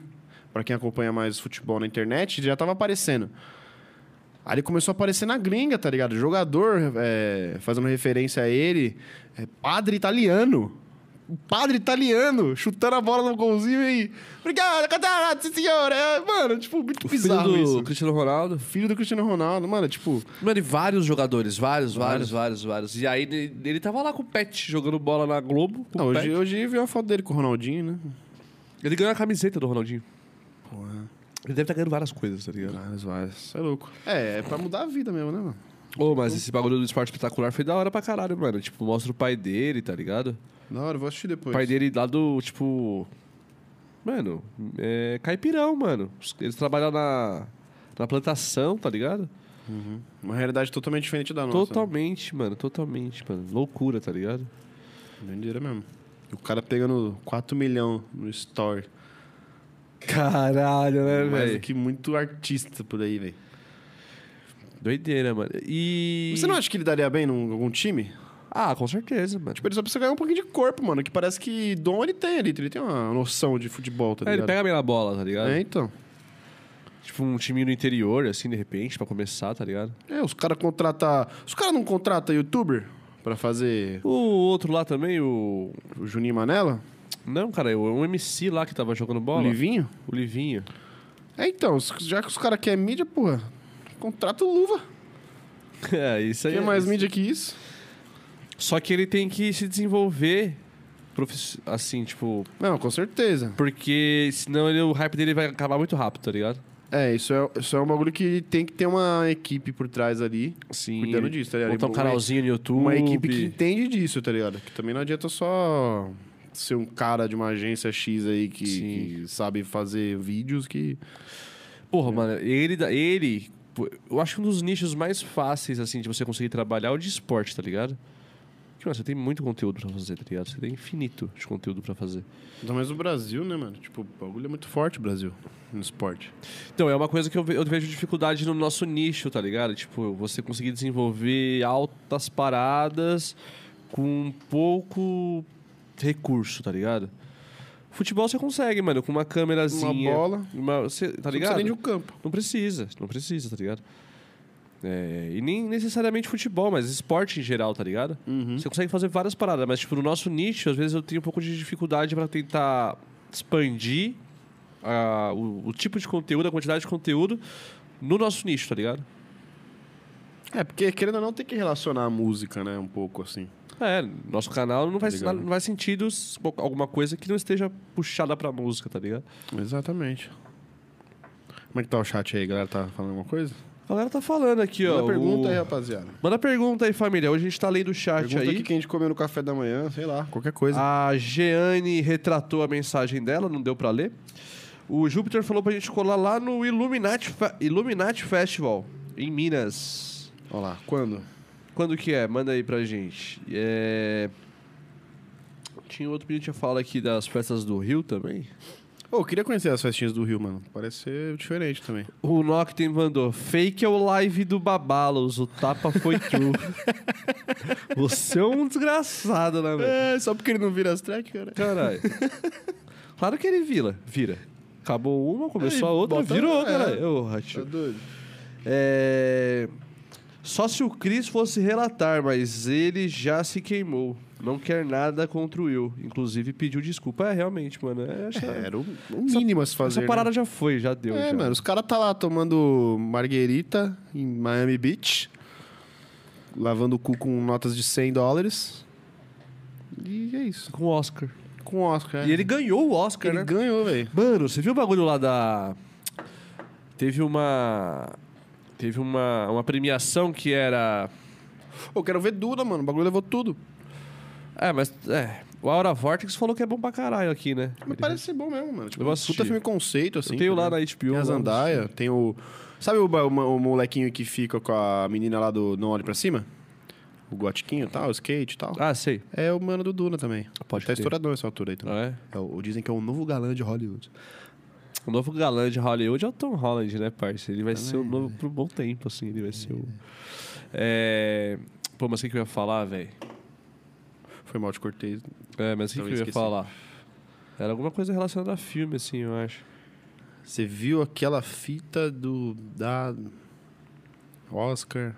B: Pra quem acompanha mais futebol na internet, ele já tava aparecendo. Aí ele começou a aparecer na gringa, tá ligado? Jogador é, fazendo referência a ele, é, padre italiano. O padre italiano chutando a bola no golzinho e. Obrigado, catarata, sim, senhor! É, mano, tipo, muito
A: O filho
B: bizarro
A: do
B: isso
A: Cristiano Ronaldo.
B: filho do Cristiano Ronaldo, mano, tipo,
A: Mano, e vários jogadores, vários, vários, vários, vários. E aí ele, ele tava lá com o Pet jogando bola na Globo. com
B: não,
A: o
B: hoje,
A: Pet.
B: hoje viu a foto dele com o Ronaldinho, né?
A: Ele ganhou a camiseta do Ronaldinho.
B: Porra,
A: Ele deve estar ganhando várias coisas, tá ligado?
B: várias, várias. Cê é louco. É, é pra mudar a vida mesmo, né, mano?
A: Ô, mas esse bagulho do esporte espetacular foi da hora pra caralho, mano. Tipo, mostra o pai dele, tá ligado?
B: Da hora, eu vou assistir
A: O
B: depois.
A: pai dele lá do, tipo. Mano, é caipirão, mano. Os- Eles trabalham na, na plantação, tá ligado?
B: Uma realidade totalmente diferente da nossa.
A: totalmente, mano, totalmente, mano. Loucura, tá ligado?
B: né? Doideira mesmo. E o cara pegando 4 milhões no store.
A: Caralho, né,
B: Mais do que muito artista por aí, velho.
A: Doideira, mano. E.
B: Você não acha que ele daria bem num algum time?
A: Ah, com certeza, mano.
B: Tipo, ele só precisa ganhar um pouquinho de corpo, mano. Que parece que dom ele tem ali. Ele tem uma noção de futebol, tá
A: É, ele
B: ligado?
A: pega bem na bola, tá ligado?
B: É, então.
A: Tipo, um time do interior, assim, de repente, pra começar, tá ligado?
B: É, os caras contratam. Os caras não contratam youtuber pra fazer
A: O outro lá também, o.
B: o Juninho Manela?
A: Não, cara, o um MC lá que tava jogando bola.
B: O Livinho?
A: O Livinho.
B: É, então, os- já que os caras querem mídia, porra, contrata o Luva.
A: É, isso aí.
B: Quer
A: é
B: mais
A: isso.
B: mídia que isso?
A: Só que ele tem que se desenvolver, profiss- assim, tipo.
B: Não, com certeza.
A: Porque senão ele- o hype dele vai acabar muito rápido, tá ligado?
B: É, isso é, isso é um bagulho que tem que ter uma equipe por trás ali,
A: Sim.
B: cuidando disso, tá ligado?
A: Montar um
B: Uma-
A: canalzinho no YouTube.
B: Uma equipe que entende disso, tá ligado? Que também não adianta só ser um cara de uma agência X aí que,
A: Sim.
B: que sabe fazer vídeos que... É.
A: Porra, mano, ele, dá- ele. pô, Eu acho que um dos nichos mais fáceis, assim, de você conseguir trabalhar é o de esporte, tá ligado? Porque, mano, você tem muito conteúdo pra fazer, tá ligado? Você tem infinito de conteúdo pra fazer.
B: Ainda mais o Brasil, né, mano? Tipo, o bagulho é muito forte, o Brasil, no esporte.
A: Então, é uma coisa que eu, ve- eu vejo dificuldade no nosso nicho, tá ligado? Tipo, você conseguir desenvolver altas paradas com pouco recurso, tá ligado? Futebol você consegue, mano, com uma câmerazinha.
B: Uma bola.
A: uma- você- tá
B: Só que
A: ligado?
B: Você nem de um campo.
A: Não precisa, não precisa, tá ligado? É, e nem necessariamente futebol, mas esporte em geral, tá ligado?
B: Uhum.
A: Você consegue fazer várias paradas, mas tipo, no nosso nicho, às vezes eu tenho um pouco de dificuldade pra tentar expandir ah, o, o tipo de conteúdo, a quantidade de conteúdo no nosso nicho, tá ligado?
B: É, porque querendo ou não, tem que relacionar a música, né? Um pouco assim.
A: É, nosso canal não faz,
B: Tá ligado?
A: não faz sentido s- alguma coisa que não esteja puxada pra música, tá ligado?
B: Exatamente. Como é que tá o chat aí, galera? Tá falando alguma coisa?
A: A galera tá falando aqui, ó.
B: Manda pergunta
A: o-
B: aí, rapaziada.
A: Manda pergunta aí, família. Hoje a gente tá lendo o chat
B: Pergunta
A: aí.
B: aqui que a gente comeu no café da manhã, sei lá, qualquer coisa.
A: A Jeane retratou a mensagem dela, não deu pra ler. O Júpiter falou pra gente colar lá no Illuminati, Fe- Illuminati Festival, em Minas.
B: Ah, Olha lá, quando?
A: Quando que é? Manda aí pra gente. É... Tinha outro pedido que tinha falado aqui das festas do Rio também.
B: Ô, eu queria conhecer as festinhas do Rio, mano. Parece ser diferente também.
A: O Noctem mandou, fake é o live do Babalos, o tapa foi true. Você é um desgraçado, né, velho?
B: É, só porque ele não vira as tracks, cara.
A: Caralho. claro que ele vira. Vira. Acabou uma, começou
B: Aí,
A: a outra,
B: bota-
A: virou,
B: é.
A: caralho. Ô,
B: Tá
A: Ratinho.
B: doido?
A: É... Só se o Chris fosse relatar, mas ele já se queimou. Não quer nada contra o Will. Inclusive pediu desculpa. É, realmente, mano. É, essa,
B: É, era o, o mínimo a se fazer.
A: essa parada já foi, já deu.
B: né? É,
A: já.
B: mano, os caras tá lá tomando marguerita em Miami Beach, lavando o cu com notas de 100 dólares. E é isso.
A: Com o Oscar.
B: Com o Oscar.
A: E ele ganhou o Oscar, né?
B: É. Ele ganhou, velho.
A: Mano, você viu o bagulho lá da. Teve uma. Teve uma, uma premiação que era.
B: Eu quero ver Duda, mano. O bagulho levou tudo.
A: É, mas. É, o Aura Vortex falou que é bom pra caralho aqui, né?
B: Mas parece ser bom mesmo, mano. Tipo,
A: Eu vou assistir.
B: puta filme conceito, assim.
A: Eu tenho
B: tá
A: lá
B: ligado?
A: na HBO.
B: Tem a
A: lá no-
B: Zandaia, tem o... Sabe o, ba- o ma- o molequinho que fica com a menina lá do Não Olhe Pra Cima? o gotiquinho e tal, o skate e tal.
A: Ah, sei.
B: É o mano do Duna também.
A: Pode
B: tá
A: crer.
B: estourador essa altura aí também.
A: Ah, é?
B: É o- dizem que é o novo galã de Hollywood.
A: O novo galã de Hollywood é o Tom Holland, né, parça? Ele vai ser o novo por um bom tempo, assim. Ele vai ser o. É... Pô, mas o que que eu ia falar, velho?
B: Foi mal de cortei.
A: É, mas o que, que eu
B: Também
A: ia
B: esqueci.
A: falar? Era alguma coisa relacionada a filme, assim, eu acho.
B: Você viu aquela fita do. da. Oscar.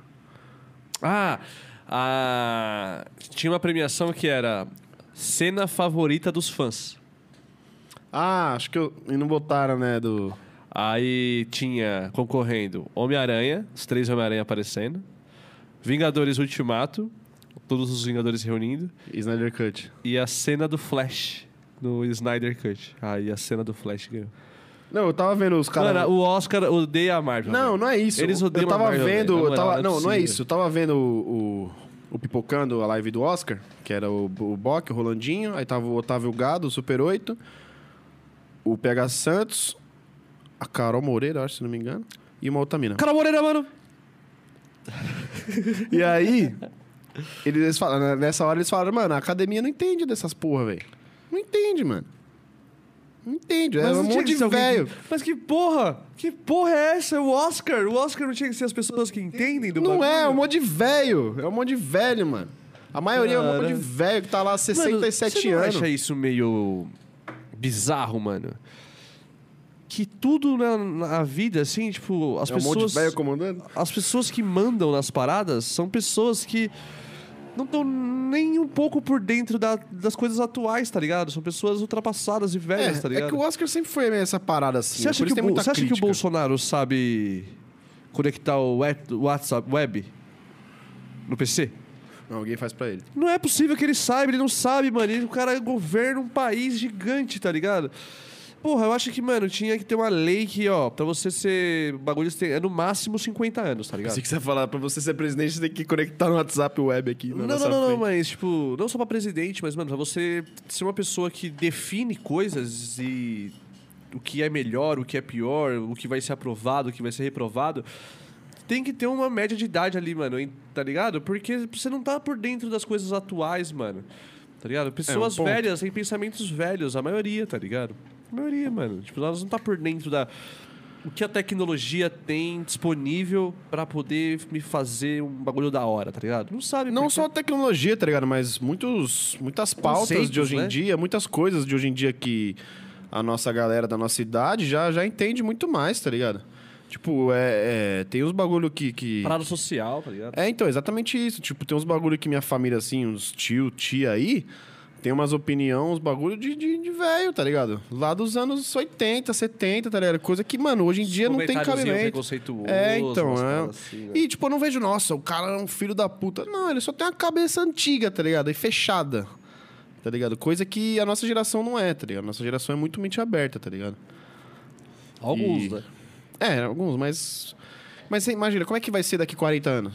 A: Ah, a... tinha uma premiação que era cena favorita dos fãs.
B: Ah, acho que eu. E não botaram, né? Do.
A: Aí tinha concorrendo Homem-Aranha, os três Homem-Aranha aparecendo, Vingadores Ultimato, todos os Vingadores se reunindo,
B: Snyder Cut.
A: e a cena do Flash no Snyder Cut. Aí a cena do Flash ganhou.
B: Não, eu tava vendo os caras.
A: Mano, o Oscar odeia a Marvel.
B: Não,
A: velho.
B: não é isso.
A: Eles odeiam
B: eu tava
A: a Marvel,
B: vendo,
A: velho. Na
B: eu
A: moral,
B: tava-
A: não é
B: não, não é
A: possível.
B: isso. Eu tava vendo o, o, o Pipocando, a live do Oscar, que era o, o Bock, o Rolandinho, aí tava o Otávio Gado, o Super 8, o PH Santos, a Carol Moreira, acho, se não me engano, e uma outra mina.
A: Cara Moreira, mano!
B: E aí, eles falaram, nessa hora eles falaram, mano, a academia não entende dessas porra, velho. Não entende, mano. Não entende, é
A: Mas não
B: um
A: tinha
B: monte
A: que
B: de
A: ser alguém que-
B: velho.
A: Mas que porra! Que porra é essa? O Oscar! O Oscar não tinha que ser as pessoas que entendem do
B: Não
A: bagulho?
B: é, é um monte de velho. É um monte de velho, mano. A maioria é um
A: Cara.
B: monte de velho que tá lá há
A: Mano,
B: 67
A: você não
B: anos.
A: acha isso meio bizarro, mano? Que tudo na, na vida, assim, tipo, as
B: é um monte
A: pessoas.
B: de velho comandando.
A: As pessoas que mandam nas paradas são pessoas que não estão nem um pouco por dentro da- das coisas atuais, tá ligado? São pessoas ultrapassadas e velhas, tá
B: É,
A: ligado?
B: é que o Oscar sempre foi meio essa parada assim.
A: Você acha,
B: por
A: que
B: isso
A: o,
B: tem
A: Bol-
B: muita
A: você acha que o
B: crítica.
A: Bolsonaro sabe conectar o wet- WhatsApp web no PC?
B: Não, alguém faz pra ele.
A: Não é possível que ele saiba, ele não sabe, mano. Ele, o cara governa um país gigante, tá ligado? Porra, eu acho que, mano, tinha que ter uma lei que, ó, pra você ser. O bagulho você tem, é no máximo 50 anos, tá ligado?
B: Pensei que você ia falar, pra você ser presidente, você tem que conectar no WhatsApp web aqui. na
A: Não, não,
B: nossa
A: não, não,
B: frente.
A: mas, tipo, não só pra presidente, mas, mano, pra você ser uma pessoa que define coisas e o que é melhor, o que é pior, o que vai ser aprovado, o que vai ser reprovado. Tem que ter uma média de idade ali, mano, hein, tá ligado? Porque você não tá por dentro das coisas atuais, mano. Tá ligado? Pessoas
B: É, um ponto.
A: velhas têm pensamentos velhos, a maioria, tá ligado? A maioria, mano. Tipo, elas não tá por dentro da. O que a tecnologia tem disponível pra poder me fazer um bagulho da hora, tá ligado? Não sabe.
B: Não
A: porque-
B: só a tecnologia, tá ligado? Mas muitos, muitas pautas
A: Conceitos,
B: de hoje em
A: né?
B: dia, muitas coisas de hoje em dia que a nossa galera da nossa idade já, já entende muito mais, tá ligado? Tipo, é, é, tem uns bagulho que... que...
A: Parada social, tá ligado?
B: É, então, exatamente isso. Tipo, tem uns bagulho que minha família, assim, uns tio, tia aí, tem umas opiniões, uns bagulho de, de, de velho, tá ligado? Lá dos anos 80, 70, tá ligado? Coisa que, mano, hoje em dia não tem
A: Comentáriozinho
B: cabimento.
A: preconceituoso,
B: É, então,
A: umas
B: é.
A: paradas assim, né?
B: E, tipo, eu não vejo, nossa, o cara é um filho da puta. Não, ele só tem uma cabeça antiga, tá ligado? E fechada. Tá ligado? Coisa que a nossa geração não é, tá ligado? A nossa geração é muito mente aberta, tá ligado?
A: Alguns,
B: e-
A: né?
B: É, alguns, mas. Mas você imagina, como é que vai ser daqui 40 anos?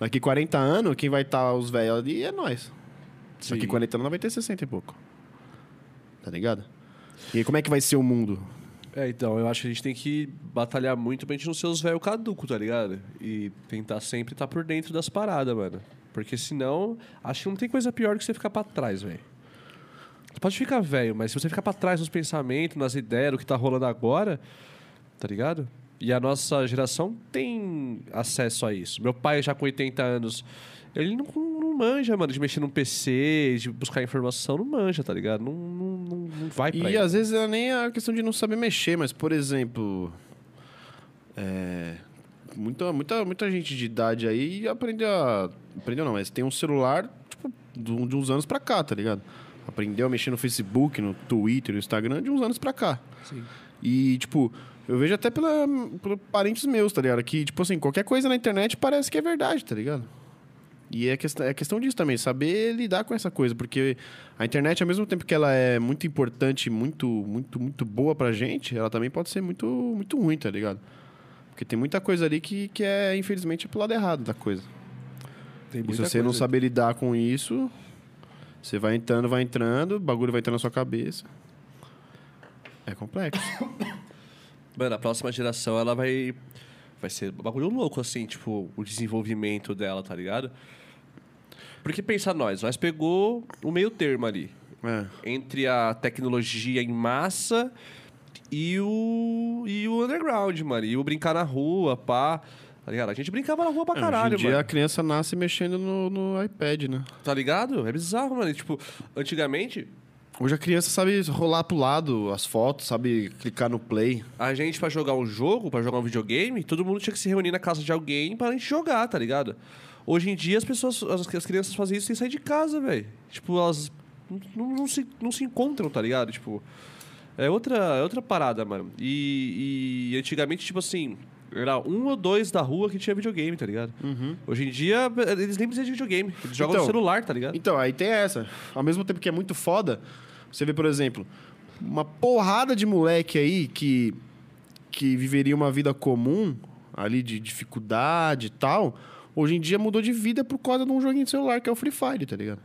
B: Daqui 40 anos, quem vai estar os velhos ali é nós. Daqui
A: Sim.
B: 40 anos nós vai ter 60 e pouco. Tá ligado? E aí, como é que vai ser o mundo?
A: É, então, eu acho que a gente tem que batalhar muito pra gente não ser os velho caduco, tá ligado? E tentar sempre estar por dentro das paradas, mano. Porque senão, acho que não tem coisa pior que você ficar pra trás, velho. Você pode ficar velho, mas se você ficar pra trás nos pensamentos, nas ideias, do que tá rolando agora, tá ligado? E a nossa geração tem acesso a isso. Meu pai já com 80 anos, ele não, não manja, mano, de mexer num PC, de buscar informação, não manja, tá ligado? Não, não, não, não vai pra
B: E
A: ele.
B: às vezes é nem a questão de não saber mexer, mas, por exemplo. é, muita, muita, muita gente de idade aí aprende a. Aprendeu não, mas tem um celular, tipo, de, um- de uns anos pra cá, tá ligado? Aprendeu a mexer no Facebook, no Twitter, no Instagram de uns anos pra cá.
A: Sim.
B: E, tipo, eu vejo até pela, por parentes meus, tá ligado? Que, tipo assim, qualquer coisa na internet parece que é verdade, tá ligado? E é questão, é questão disso também, saber lidar com essa coisa, porque a internet, ao mesmo tempo que ela é muito importante, muito, muito, muito boa pra gente, ela também pode ser muito, muito ruim, tá ligado? Porque tem muita coisa ali que, que é, infelizmente, pro lado errado da coisa.
A: Tem
B: E se
A: muita
B: você não
A: coisa.
B: saber lidar com isso, você vai entrando, vai entrando, o bagulho vai entrando na sua cabeça. É complexo.
A: Mano, a próxima geração, ela vai Vai ser um bagulho louco, assim, tipo, o desenvolvimento dela, tá ligado? Porque pensar nós, nós pegou o meio termo ali.
B: É.
A: Entre a tecnologia em massa e o. e o underground, mano. E o brincar na rua, pá. Tá ligado? A gente brincava na rua pra caralho,
B: É, Hoje em dia
A: mano.
B: a criança nasce mexendo no, no iPad, né?
A: Tá ligado? É bizarro, mano. E, tipo, antigamente,
B: Hoje a criança sabe rolar pro lado as fotos, sabe clicar no play.
A: A gente, pra jogar um jogo, pra jogar um videogame, todo mundo tinha que se reunir na casa de alguém pra gente jogar, tá ligado? Hoje em dia, as pessoas, as, as crianças fazem isso sem sair de casa, velho. Tipo, elas n- não, não se, não se encontram, tá ligado? Tipo, é outra, é outra parada, mano. E, e antigamente, tipo assim, era um ou dois da rua que tinha videogame, tá ligado? Hoje em dia, eles nem precisam de videogame. Eles jogam no
B: Então,
A: celular, tá ligado?
B: Então, aí tem essa. Ao mesmo tempo que é muito foda, você vê, por exemplo, uma porrada de moleque aí que, que viveria uma vida comum, ali de dificuldade e tal, hoje em dia mudou de vida por causa de um joguinho de celular que é o Free Fire, tá ligado?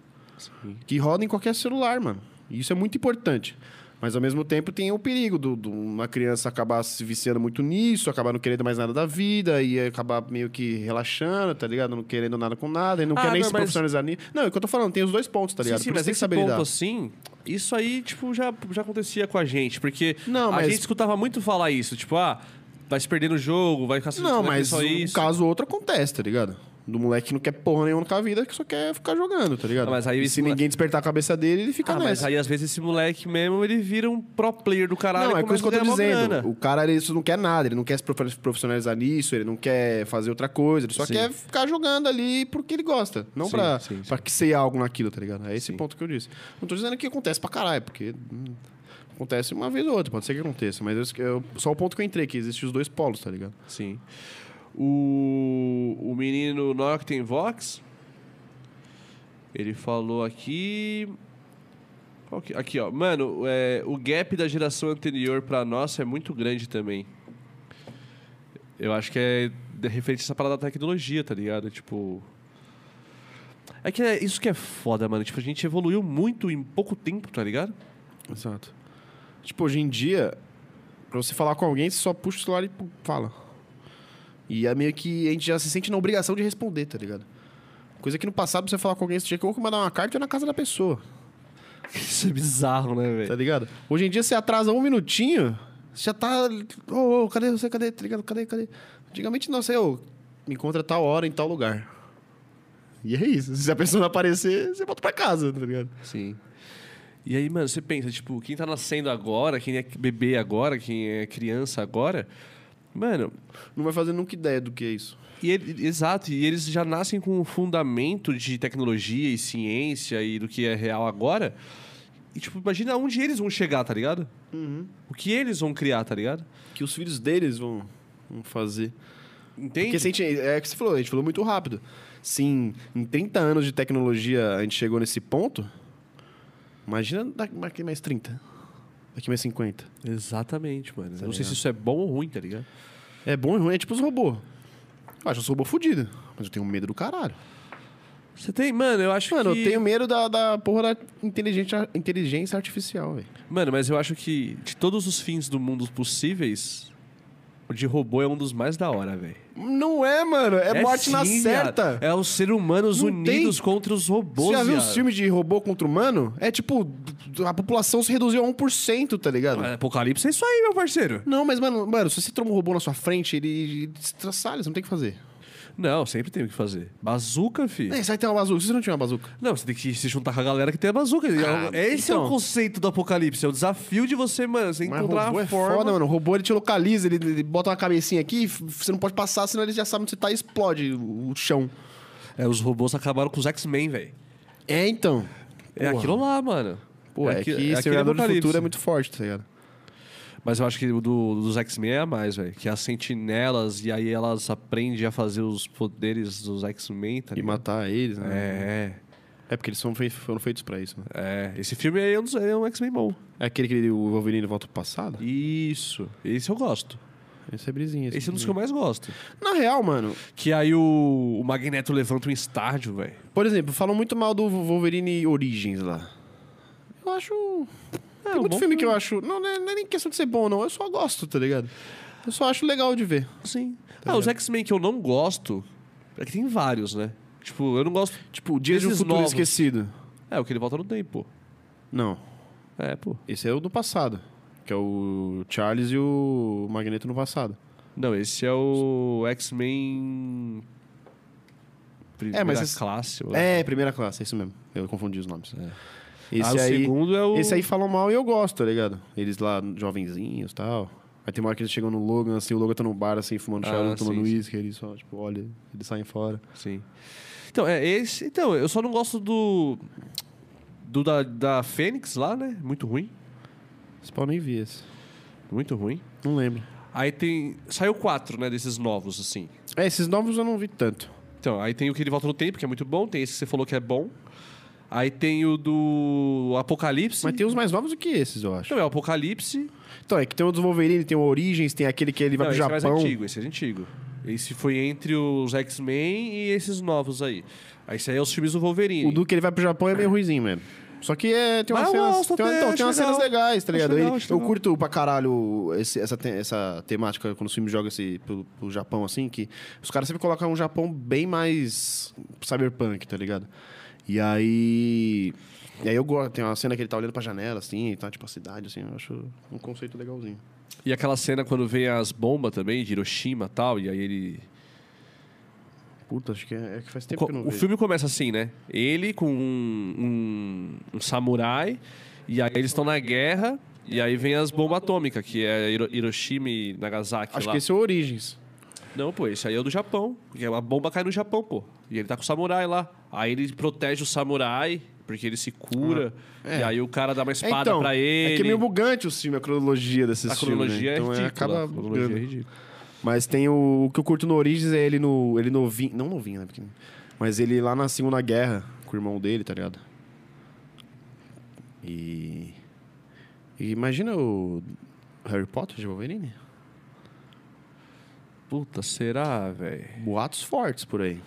B: Que roda em qualquer celular, mano. E Isso é muito importante. Mas ao mesmo tempo tem o perigo de uma criança acabar se viciando muito nisso, acabar não querendo mais nada da vida e acabar meio que relaxando, tá ligado? Não querendo nada com nada e não
A: Ah,
B: quer nem
A: não,
B: se
A: mas-
B: profissionalizar nisso. Não, é o que eu tô falando, tem os dois pontos, tá ligado?
A: Sim, sim,
B: Por
A: mas
B: isso tem
A: esse
B: que saber
A: ponto
B: lidar.
A: assim, isso aí, tipo, já, já acontecia com a gente, porque
B: Não,
A: a
B: mas-
A: gente escutava muito falar isso, tipo, ah, vai se perder no jogo, vai ficar
B: Não,
A: vai
B: mas
A: é só
B: um
A: isso.
B: caso ou outro acontece, tá ligado? Do moleque que não quer porra nenhuma com a vida, que só quer ficar jogando, tá ligado?
A: Ah, mas aí
B: E
A: esse
B: se
A: moleque-
B: ninguém despertar a cabeça dele, ele fica
A: Ah, mas
B: tá nessa.
A: aí às vezes esse moleque mesmo, ele vira um pro player do caralho
B: Não,
A: e
B: é
A: começa
B: isso que eu
A: a
B: tô
A: ganhar mó
B: dizendo.
A: grana.
B: O cara, ele isso não quer nada, ele não quer se prof- profissionalizar nisso, ele não quer fazer outra coisa, ele só
A: Sim.
B: quer ficar jogando ali porque ele gosta. Não
A: Sim,
B: pra,
A: sim, sim.
B: pra que ser algo naquilo, tá ligado? É esse
A: Sim.
B: ponto que eu disse. Não tô dizendo que acontece pra caralho, porque hum, acontece uma vez ou outra, pode ser que aconteça, mas eu- eu- só o ponto que eu entrei, que existe os dois polos, tá ligado?
A: Sim. O, o menino Noctem Vox, ele falou aqui... Qual que- Aqui, ó. Mano, é, o gap da geração anterior pra nossa é muito grande também. Eu acho que é de- referente a essa parada da tecnologia, tá ligado? Tipo... É que é isso que é foda, mano. Tipo, a gente evoluiu muito em pouco tempo, tá ligado?
B: Exato. Tipo, hoje em dia, pra você falar com alguém, você só puxa o celular e pum, fala. E é meio que a gente já se sente na obrigação de responder, tá ligado? Coisa que no passado, pra você falar com alguém, você tinha que ou que mandar uma carta ou ir na casa da pessoa,
A: Isso é bizarro, né,
B: tá
A: velho?
B: ligado? Hoje em dia, você atrasa um minutinho, você já tá... Ô, ô, cadê você? Cadê? Tá ligado? Cadê? Cadê? Antigamente, não, sei, ô, me encontra a tal hora, em tal lugar. E é isso. Se a pessoa não aparecer, você volta pra casa, tá ligado?
A: Sim. E aí, mano, você pensa, tipo, quem tá nascendo agora, quem é bebê agora, quem é criança agora, mano,
B: Não vai fazer nunca ideia do que é isso.
A: e ele- exato, e eles já nascem com um fundamento de tecnologia e ciência e do que é real agora. E, tipo, imagina onde eles vão chegar, tá ligado?
B: Uhum.
A: O que eles vão criar, tá ligado?
B: Que os filhos deles vão- vão fazer.
A: Entende?
B: Porque se a gente, é o que você falou, a gente falou muito rápido. Sim, em 30 anos de tecnologia a gente chegou nesse ponto. Imagina daqui mais 30. Daqui mais 50.
A: Exatamente, mano. Eu não sei
B: ligado?
A: se isso é bom ou ruim, tá ligado?
B: É bom e ruim, é tipo os robôs. Eu acho os robôs fodidos, mas eu tenho medo do caralho.
A: Você tem, mano, eu acho
B: Mano,
A: que.
B: eu tenho medo da, da porra da inteligência, inteligência artificial, velho.
A: Mano, mas eu acho que de todos os fins do mundo possíveis, o de robô é um dos mais da hora, velho.
B: Não é, mano. É, morte na
A: sim,
B: certa.
A: viado. É os seres humanos
B: Não
A: unidos contra os robôs.
B: Você já viu
A: viado.
B: os filmes de robô contra humano? É tipo, a população se reduziu a 1%, tá ligado?
A: Mano, Apocalipse é isso aí, meu parceiro.
B: Não, mas, mano, mano, se você toma um robô na sua frente, ele, ele se traçalha, você não tem o que fazer.
A: Não, sempre tem o que fazer. Bazuca, fi.
B: É, você vai ter uma bazuca. Se você não tiver uma bazuca.
A: Não, você tem que se juntar com a galera que tem a bazuca.
B: Ah,
A: Esse é o
B: então.
A: conceito do apocalipse. É o desafio de você, mano, você
B: Mas
A: encontrar
B: robô
A: uma
B: é
A: forma.
B: foda, mano. O robô, ele te localiza, ele, ele bota uma cabecinha aqui, f- você não pode passar, senão ele já sabe onde você tá e explode o, o chão.
A: É, os robôs acabaram com os X-Men, velho.
B: É, então.
A: É
B: Porra.
A: aquilo lá, mano.
B: Pô, é,
A: aqui-
B: que
A: aquele
B: esse Vingador do
A: apocalipse.
B: Futuro é muito forte, tá ligado?
A: Mas eu acho que o do, dos X-Men é a mais, velho. Que as sentinelas, e aí elas aprendem a fazer os poderes dos X-Men, tá
B: E
A: ligado?
B: matar eles, né?
A: É,
B: É, porque eles são fei- foram feitos pra isso, né?
A: é. Esse filme aí é um, dos- é um X-Men bom.
B: É aquele que o Wolverine volta pro passado?
A: Isso. Esse eu gosto.
B: Esse é brisinha.
A: Esse é um dos que eu
B: brisinha.
A: mais gosto.
B: Na real, mano,
A: Que aí o, o Magneto levanta um estádio, velho.
B: por exemplo, falam muito mal do Wolverine Origins lá. Eu acho...
A: É,
B: Tem
A: um
B: muito
A: bom
B: filme que eu acho. Não, não é, não é nem questão de ser bom, não. Eu só gosto, tá ligado? Eu só acho legal de ver.
A: Sim. ah, os X-Men que eu não gosto. É que tem vários, né? Tipo, eu não gosto.
B: Tipo, o Dia de um
A: Esses
B: Futuro
A: novos.
B: Esquecido.
A: É, o que ele volta no tempo.
B: Não,
A: É, pô.
B: esse é o do passado. Que é o Charles e o Magneto no passado.
A: Não, esse é o X-Men. É, Primeira
B: esse-
A: classe. eu
B: É, primeira classe, é isso mesmo. Eu confundi os nomes.
A: É.
B: Esse,
A: ah, o
B: aí,
A: segundo é o.
B: esse aí falam mal e eu gosto, tá ligado? Eles lá, jovenzinhos e tal. Aí tem uma hora que eles chegam no Logan, assim, o Logan tá num bar, assim, fumando
A: Ah,
B: charuto,
A: sim,
B: tomando
A: sim.
B: uísque, eles só, tipo, olha, eles saem fora.
A: Sim. Então, é esse. Então, eu só não gosto do. Do da, da Fênix lá, né? Muito ruim.
B: Esse pau nem vi esse.
A: Muito ruim.
B: Não lembro.
A: Aí tem. Saiu quatro, né? Desses novos, assim.
B: É, esses novos eu não vi tanto.
A: Então, aí tem o que ele volta no tempo, que é muito bom. Tem esse que você falou que é bom. Aí tem o do Apocalipse.
B: Mas tem um uns mais novos do que esses, eu acho.
A: Então, é o Apocalipse.
B: Então, é que tem o dos Wolverine, tem o Origins, tem aquele que ele vai
A: Não,
B: pro
A: esse é
B: Japão.
A: mais antigo, esse é antigo. Esse foi entre os X-Men e esses novos aí. Aí Esse aí é os filmes do Wolverine.
B: o do que ele vai pro Japão é meio ruizinho mesmo. Só que é, tem umas
A: Mas eu
B: cenas,
A: gosto
B: tem, uma-
A: Ah, até,
B: então,
A: acho
B: tem umas
A: legal.
B: cenas legais, tá
A: Acho
B: ligado?
A: legal,
B: Ele-
A: acho
B: eu
A: legal.
B: curto pra caralho esse- essa, te- essa temática quando os filmes jogam esse, pro, pro Japão, assim, que os caras sempre colocam um Japão bem mais cyberpunk, tá ligado? E aí. E aí eu gosto, tem uma cena que ele tá olhando pra janela, assim, e tá tipo a cidade, assim, eu acho um conceito legalzinho.
A: E aquela cena quando vem as bombas também, de Hiroshima e tal, e aí ele.
B: Puta, acho que é, é que faz tempo
A: Co-
B: que eu não
A: o
B: vejo.
A: filme começa assim, né? Ele com um, um- um samurai, e aí eles estão na guerra, e aí vem as bombas atômicas, que é Hiro- Hiroshima e Nagasaki
B: Acho
A: lá.
B: que esse é o Origins.
A: Não, pô, esse aí é o do Japão. Porque a bomba cai no Japão, pô. E ele tá com o samurai lá. Aí ele protege o samurai, porque ele se cura. E aí o cara dá uma
B: Ah, É,
A: espada
B: então,
A: pra ele.
B: É que é meio bugante o filme, a cronologia desses
A: A
B: filmes.
A: cronologia
B: né?
A: é
B: Então
A: ridícula.
B: acaba
A: a cronologia é
B: bugando.
A: ridícula.
B: Mas tem o, o que eu curto no Origins é ele no. Ele novinho. Não novinho, né? pequenininho. Mas ele lá na Segunda Guerra com o irmão dele, tá ligado? E. e imagina o. Harry Potter de Wolverine?
A: Puta, será, velho?
B: Boatos fortes por aí.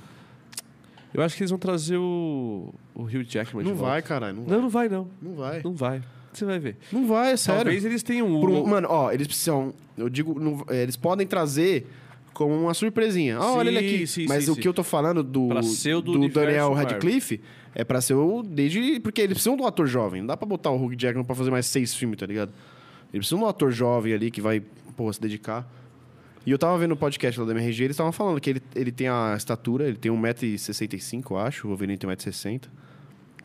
A: Eu acho que eles vão trazer o, o Hugh Jackman
B: não
A: de
B: vai,
A: volta.
B: caralho. Não,
A: Não, não vai, não.
B: não vai.
A: Não vai. Você vai ver.
B: Não vai, é sério.
A: Talvez eles tenham um...
B: Pro- mano, ó, eles precisam. Eu digo, não- é, eles podem trazer como uma surpresinha. Ah, olha
A: Sim,
B: ele aqui.
A: sim,
B: Mas
A: sim,
B: o
A: sim.
B: que eu tô falando do,
A: Pra ser o do
B: do
A: universo
B: Daniel
A: Marvel.
B: Radcliffe é pra ser o. Desde. Porque eles precisam de um ator jovem. Não dá pra botar o Hugh Jackman pra fazer mais seis filmes, tá ligado? Eles precisam de um ator jovem ali que vai, porra, se dedicar. E eu tava vendo o podcast lá da MRG, eles estavam falando que ele, ele tem a estatura, ele tem 1,65m, eu acho. O Wolverine tem 1,60m.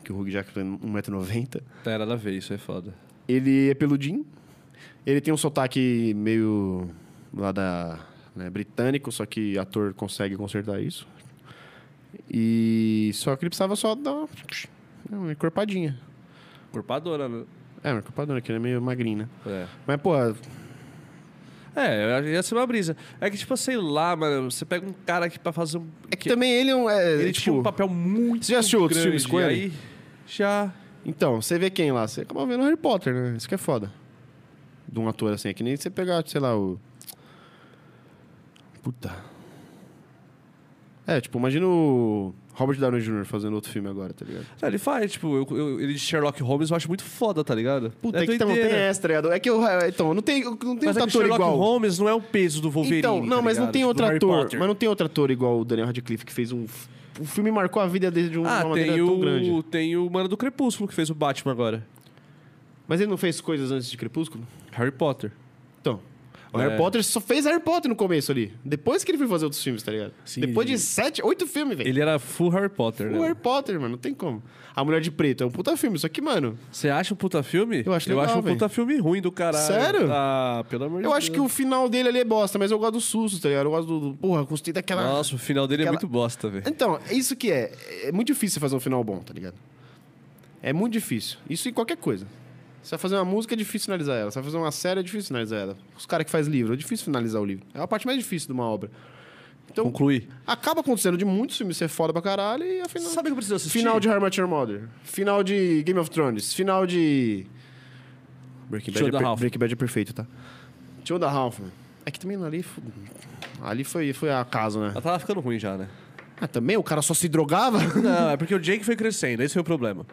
B: Que o Hugh Jackman tem 1,90m.
A: Era da vez, isso é foda.
B: Ele é peludinho. Ele tem um sotaque meio lá da né, britânico, só que ator consegue consertar isso. E só que ele precisava só dar uma, né, uma encorpadinha.
A: Corpadora, né?
B: É, uma encorpadona, que ele é meio magrinho, né?
A: É.
B: Mas, pô,
A: É, eu acho que ia ser uma brisa. É que, tipo, sei lá, mano, você pega um cara aqui pra fazer um.
B: é que também ele é um. É,
A: Ele
B: tipo,
A: tinha um papel muito.
B: Você já assistiu outros
A: grande,
B: filmes com ele?
A: Aí, já.
B: Então, você vê quem lá? Você acaba vendo Harry Potter, né? Isso que é foda. De um ator assim, é que nem você pegar, sei lá, o. Puta. É, tipo, imagina o Robert Downey Jr. fazendo outro filme agora, tá ligado?
A: Não, ele faz, tipo, eu, eu- ele de Sherlock Holmes eu acho muito foda, tá ligado?
B: Puta,
A: é
B: é, que então, não tem
A: doideira.
B: essa, tá ligado? É que eu. é, Então, não tem, não tem
A: Mas é
B: outro
A: que
B: ator
A: Sherlock
B: igual.
A: Holmes não é o peso do Wolverine.
B: então, não,
A: tá
B: mas não
A: ligado?
B: tem
A: Tipo,
B: outro
A: do Harry
B: ator.
A: Potter.
B: Mas não tem outro ator igual o Daniel Radcliffe, que fez um. f- O filme marcou a vida dele de um- uma
A: Ah,
B: maneira
A: tem
B: tão grande.
A: o, tem o Mano do Crepúsculo que fez o Batman agora.
B: Mas ele não fez coisas antes de Crepúsculo?
A: Harry Potter.
B: Então. O
A: É.
B: Harry Potter só fez Harry Potter no começo ali. Depois que ele foi fazer outros filmes, tá ligado?
A: Sim,
B: Depois
A: ele-
B: de sete, oito filmes, velho.
A: Ele era full Harry Potter,
B: O
A: né?
B: Harry Potter, mano, não tem como. A Mulher de Preto é um puta filme, só que, mano,
A: Você acha um puta filme?
B: Eu acho legal,
A: um puta filme ruim do caralho.
B: Sério?
A: Ah, pelo amor de
B: eu
A: Deus.
B: acho que o final dele ali é bosta, mas eu gosto do susto, tá ligado? Eu gosto do. do- Porra, eu gostei daquela.
A: Nossa, o final dele é
B: aquela-
A: muito bosta, velho.
B: Então, é isso que é. É muito difícil fazer um final bom, tá ligado? É muito difícil. Isso em qualquer coisa. Você vai fazer uma música, é difícil finalizar ela. Você vai fazer uma série, é difícil finalizar ela. Os caras que fazem livro, é difícil finalizar o livro. É a parte mais difícil de uma obra. Então,
A: Concluir.
B: acaba acontecendo de muitos filmes ser foda pra caralho e afinal.
A: Sabe o que eu preciso assistir?
B: Final de How I Met Your Mother. Final de Game of Thrones. Final de. Breaking
A: Show
B: Bad, é
A: da
B: per-
A: Ralph.
B: Breaking Bad é perfeito, tá? Show da Ralph. mano. É que também ali. fu- Ali foi, foi acaso, né?
A: Ela tava ficando ruim já, né?
B: Ah, também? O cara só se drogava?
A: Não, é porque o Jake foi crescendo, esse foi o problema.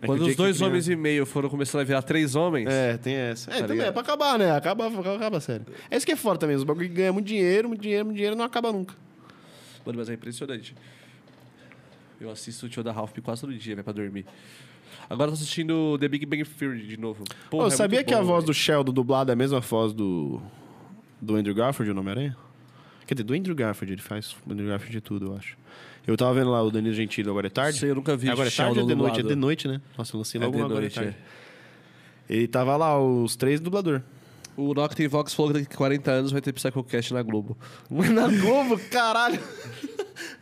B: que
A: Quando
B: o dia
A: os
B: que
A: dois
B: cria-
A: homens e meio foram começando a virar três homens,
B: É, tem essa. É, também
A: ligado?
B: é pra acabar, né? Acaba, acaba, acaba, sério. É isso que é foda também. Os bagulho que ganha muito dinheiro, muito dinheiro, muito dinheiro, não acaba nunca.
A: mano, mas é impressionante. Eu assisto o tio da Ralph quase todo dia, velho, pra dormir. Agora eu tô assistindo The Big Bang Theory de novo. Porra,
B: Pô,
A: é
B: sabia
A: muito
B: que a
A: bom,
B: voz
A: velho.
B: do Sheldon dublada é a mesma voz do. do Andrew Garfield, o Homem-Aranha? Quer dizer, do Andrew Garfield, ele faz o Andrew Garfield de tudo, eu acho. Eu tava vendo lá o Danilo Gentili agora é tarde.
A: Sei, eu nunca vi
B: agora é tarde
A: Sheldon
B: ou de noite?
A: dublado.
B: É de noite, né? Nossa, eu lancei
A: É
B: logo
A: de
B: um agora é
A: noite,
B: tarde. Ele tava lá, os três dublador.
A: O Noctem Vox falou que daqui a 40 anos vai ter Psychocast na Globo.
B: na Globo, caralho!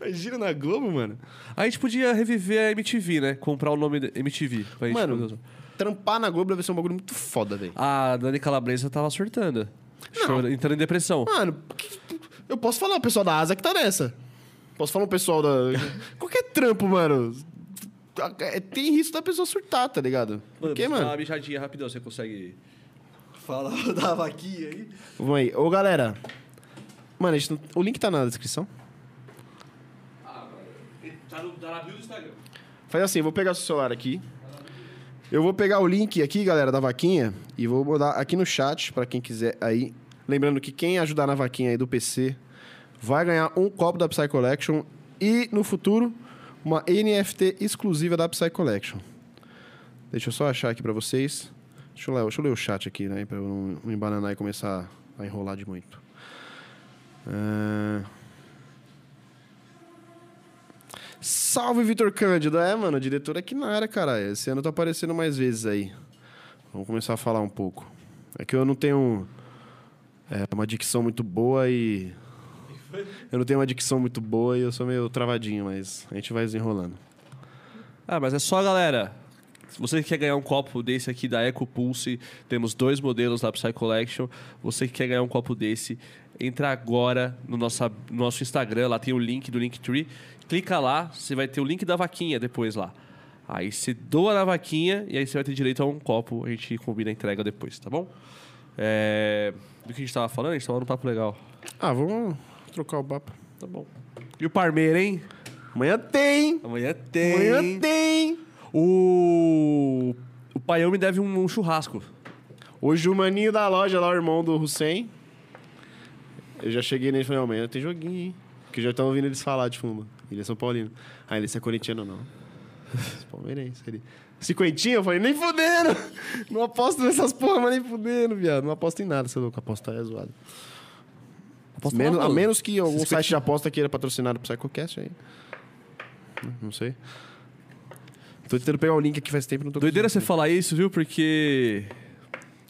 B: Imagina na Globo, mano.
A: Aí a gente podia reviver a MTV, né? Comprar o nome da MTV. pra gente poder
B: Mano,
A: usar.
B: trampar na Globo deve ser um bagulho muito foda, velho.
A: A Dani Calabresa tava surtando. Chora, entrando em depressão.
B: Mano, eu posso falar o pessoal da Asa que tá nessa. Posso falar o pessoal da. Qualquer trampo, mano. É, Tem risco da pessoa surtar, tá ligado? Por quê,
A: você dá uma
B: mano?
A: mijadinha rapidão, você consegue.
C: Fala da vaquinha aí.
B: Vamos aí. Ô, galera. Mano, a gente não- o link tá na descrição.
A: Ah, Tá, no, tá na bio do Instagram.
B: Faz assim, eu vou pegar o seu celular aqui. Eu vou pegar o link aqui, galera, da vaquinha e vou mandar aqui no chat pra quem quiser aí. Lembrando que quem ajudar na vaquinha aí do PC vai ganhar um copo da Psy Collection e, no futuro, uma NFT exclusiva da Psy Collection. Deixa eu só achar aqui pra vocês. Deixa eu, ler, deixa eu ler o chat aqui, né? Pra eu não me embananar e começar a enrolar de muito. Ah. Salve, Vitor Cândido. É, mano, o diretor aqui na área, caralho. Esse ano tá aparecendo mais vezes aí. Vamos começar a falar um pouco. É que eu não tenho é, uma dicção muito boa e... Eu não tenho uma dicção muito boa e eu sou meio travadinho, mas a gente vai desenrolando.
A: Ah, mas é só, galera. Se você quer ganhar um copo desse aqui da Eco Pulse, temos dois modelos da Psy Collection. Você que quer ganhar um copo desse, entra agora no nossa, no nosso Instagram, lá tem o link do Linktree. Clica lá, você vai ter o link da vaquinha depois lá. Aí você doa na vaquinha e aí você vai ter direito a um copo. A gente combina a entrega depois, tá bom? É... Do que a gente tava falando? A gente tava num papo legal.
B: Ah, vamos trocar o papo.
A: Tá bom. E o Parmeira, hein?
B: Amanhã tem!
A: Amanhã tem.
B: Amanhã tem!
A: O. O paião me deve um, um churrasco.
B: Hoje o maninho da loja lá, o irmão do Hussein. Eu já cheguei nele e falei, ó, amanhã tem joguinho, hein? Porque já estão ouvindo eles falar de fumo. Ele é São Paulino. Aí ele, você é corintiano, não. Esse Palmeirense. Ele, cinquentinho? Eu falei, nem fudendo! Não aposto nessas porra, mas nem fudendo, viado. Não aposto em nada, seu louco. Apostar é zoado. Menos-
A: um?
B: a menos que algum site de aposta queira patrocinar o PsychoCast aí. Não- Não sei. Tô tentando pegar o link aqui faz tempo, não tô
A: Doideira você falar isso, viu? Porque.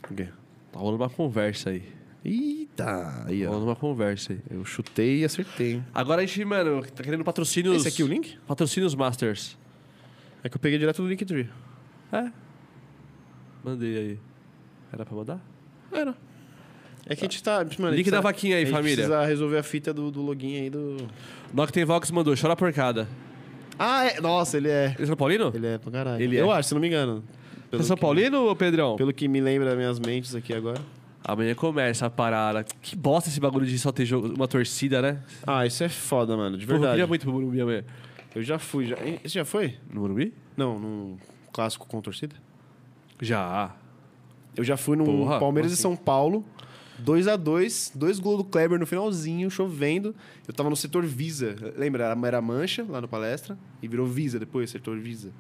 B: conseguindo.
A: Tá rolando uma conversa aí.
B: Eita! Aí,
A: Tá
B: ó.
A: rolando uma conversa aí.
B: Eu chutei e acertei. hein?
A: Agora a gente, mano, tá querendo patrocínios.
B: Esse aqui é o link?
A: Patrocínios Masters.
B: É que eu peguei direto do Linktree.
A: É. Mandei aí. Era pra mandar?
B: Era. É que a gente tá. Mano, a gente
A: Link da
B: tá-
A: vaquinha aí,
B: a gente
A: família.
B: precisa resolver a fita do, do login aí do.
A: Noctenvox mandou, chora porcada.
B: Ah, é. Nossa, ele é.
A: Ele é São Paulino?
B: Ele é pra caralho.
A: Ele
B: eu
A: é.
B: acho, se não me engano.
A: Você é São
B: que-
A: Paulino, ô Pedrão?
B: Pelo que me lembra minhas mentes aqui agora.
A: Amanhã começa a parada. Que bosta esse bagulho de só ter jogo, uma torcida, né?
B: Ah, isso é foda, mano, de
A: Porra, eu
B: verdade.
A: queria muito pro Morumbi amanhã.
B: eu já fui. Já... Hein, Você já foi?
A: No Morumbi?
B: Não, num clássico com torcida?
A: Já.
B: Eu já fui num
A: Porra,
B: Palmeiras
A: como assim?
B: e São Paulo. 2 a 2 dois gols do Kleber no finalzinho, chovendo. Eu tava no setor Visa. Lembra? Era- Era Mancha, lá no palestra. E virou Visa depois, setor Visa.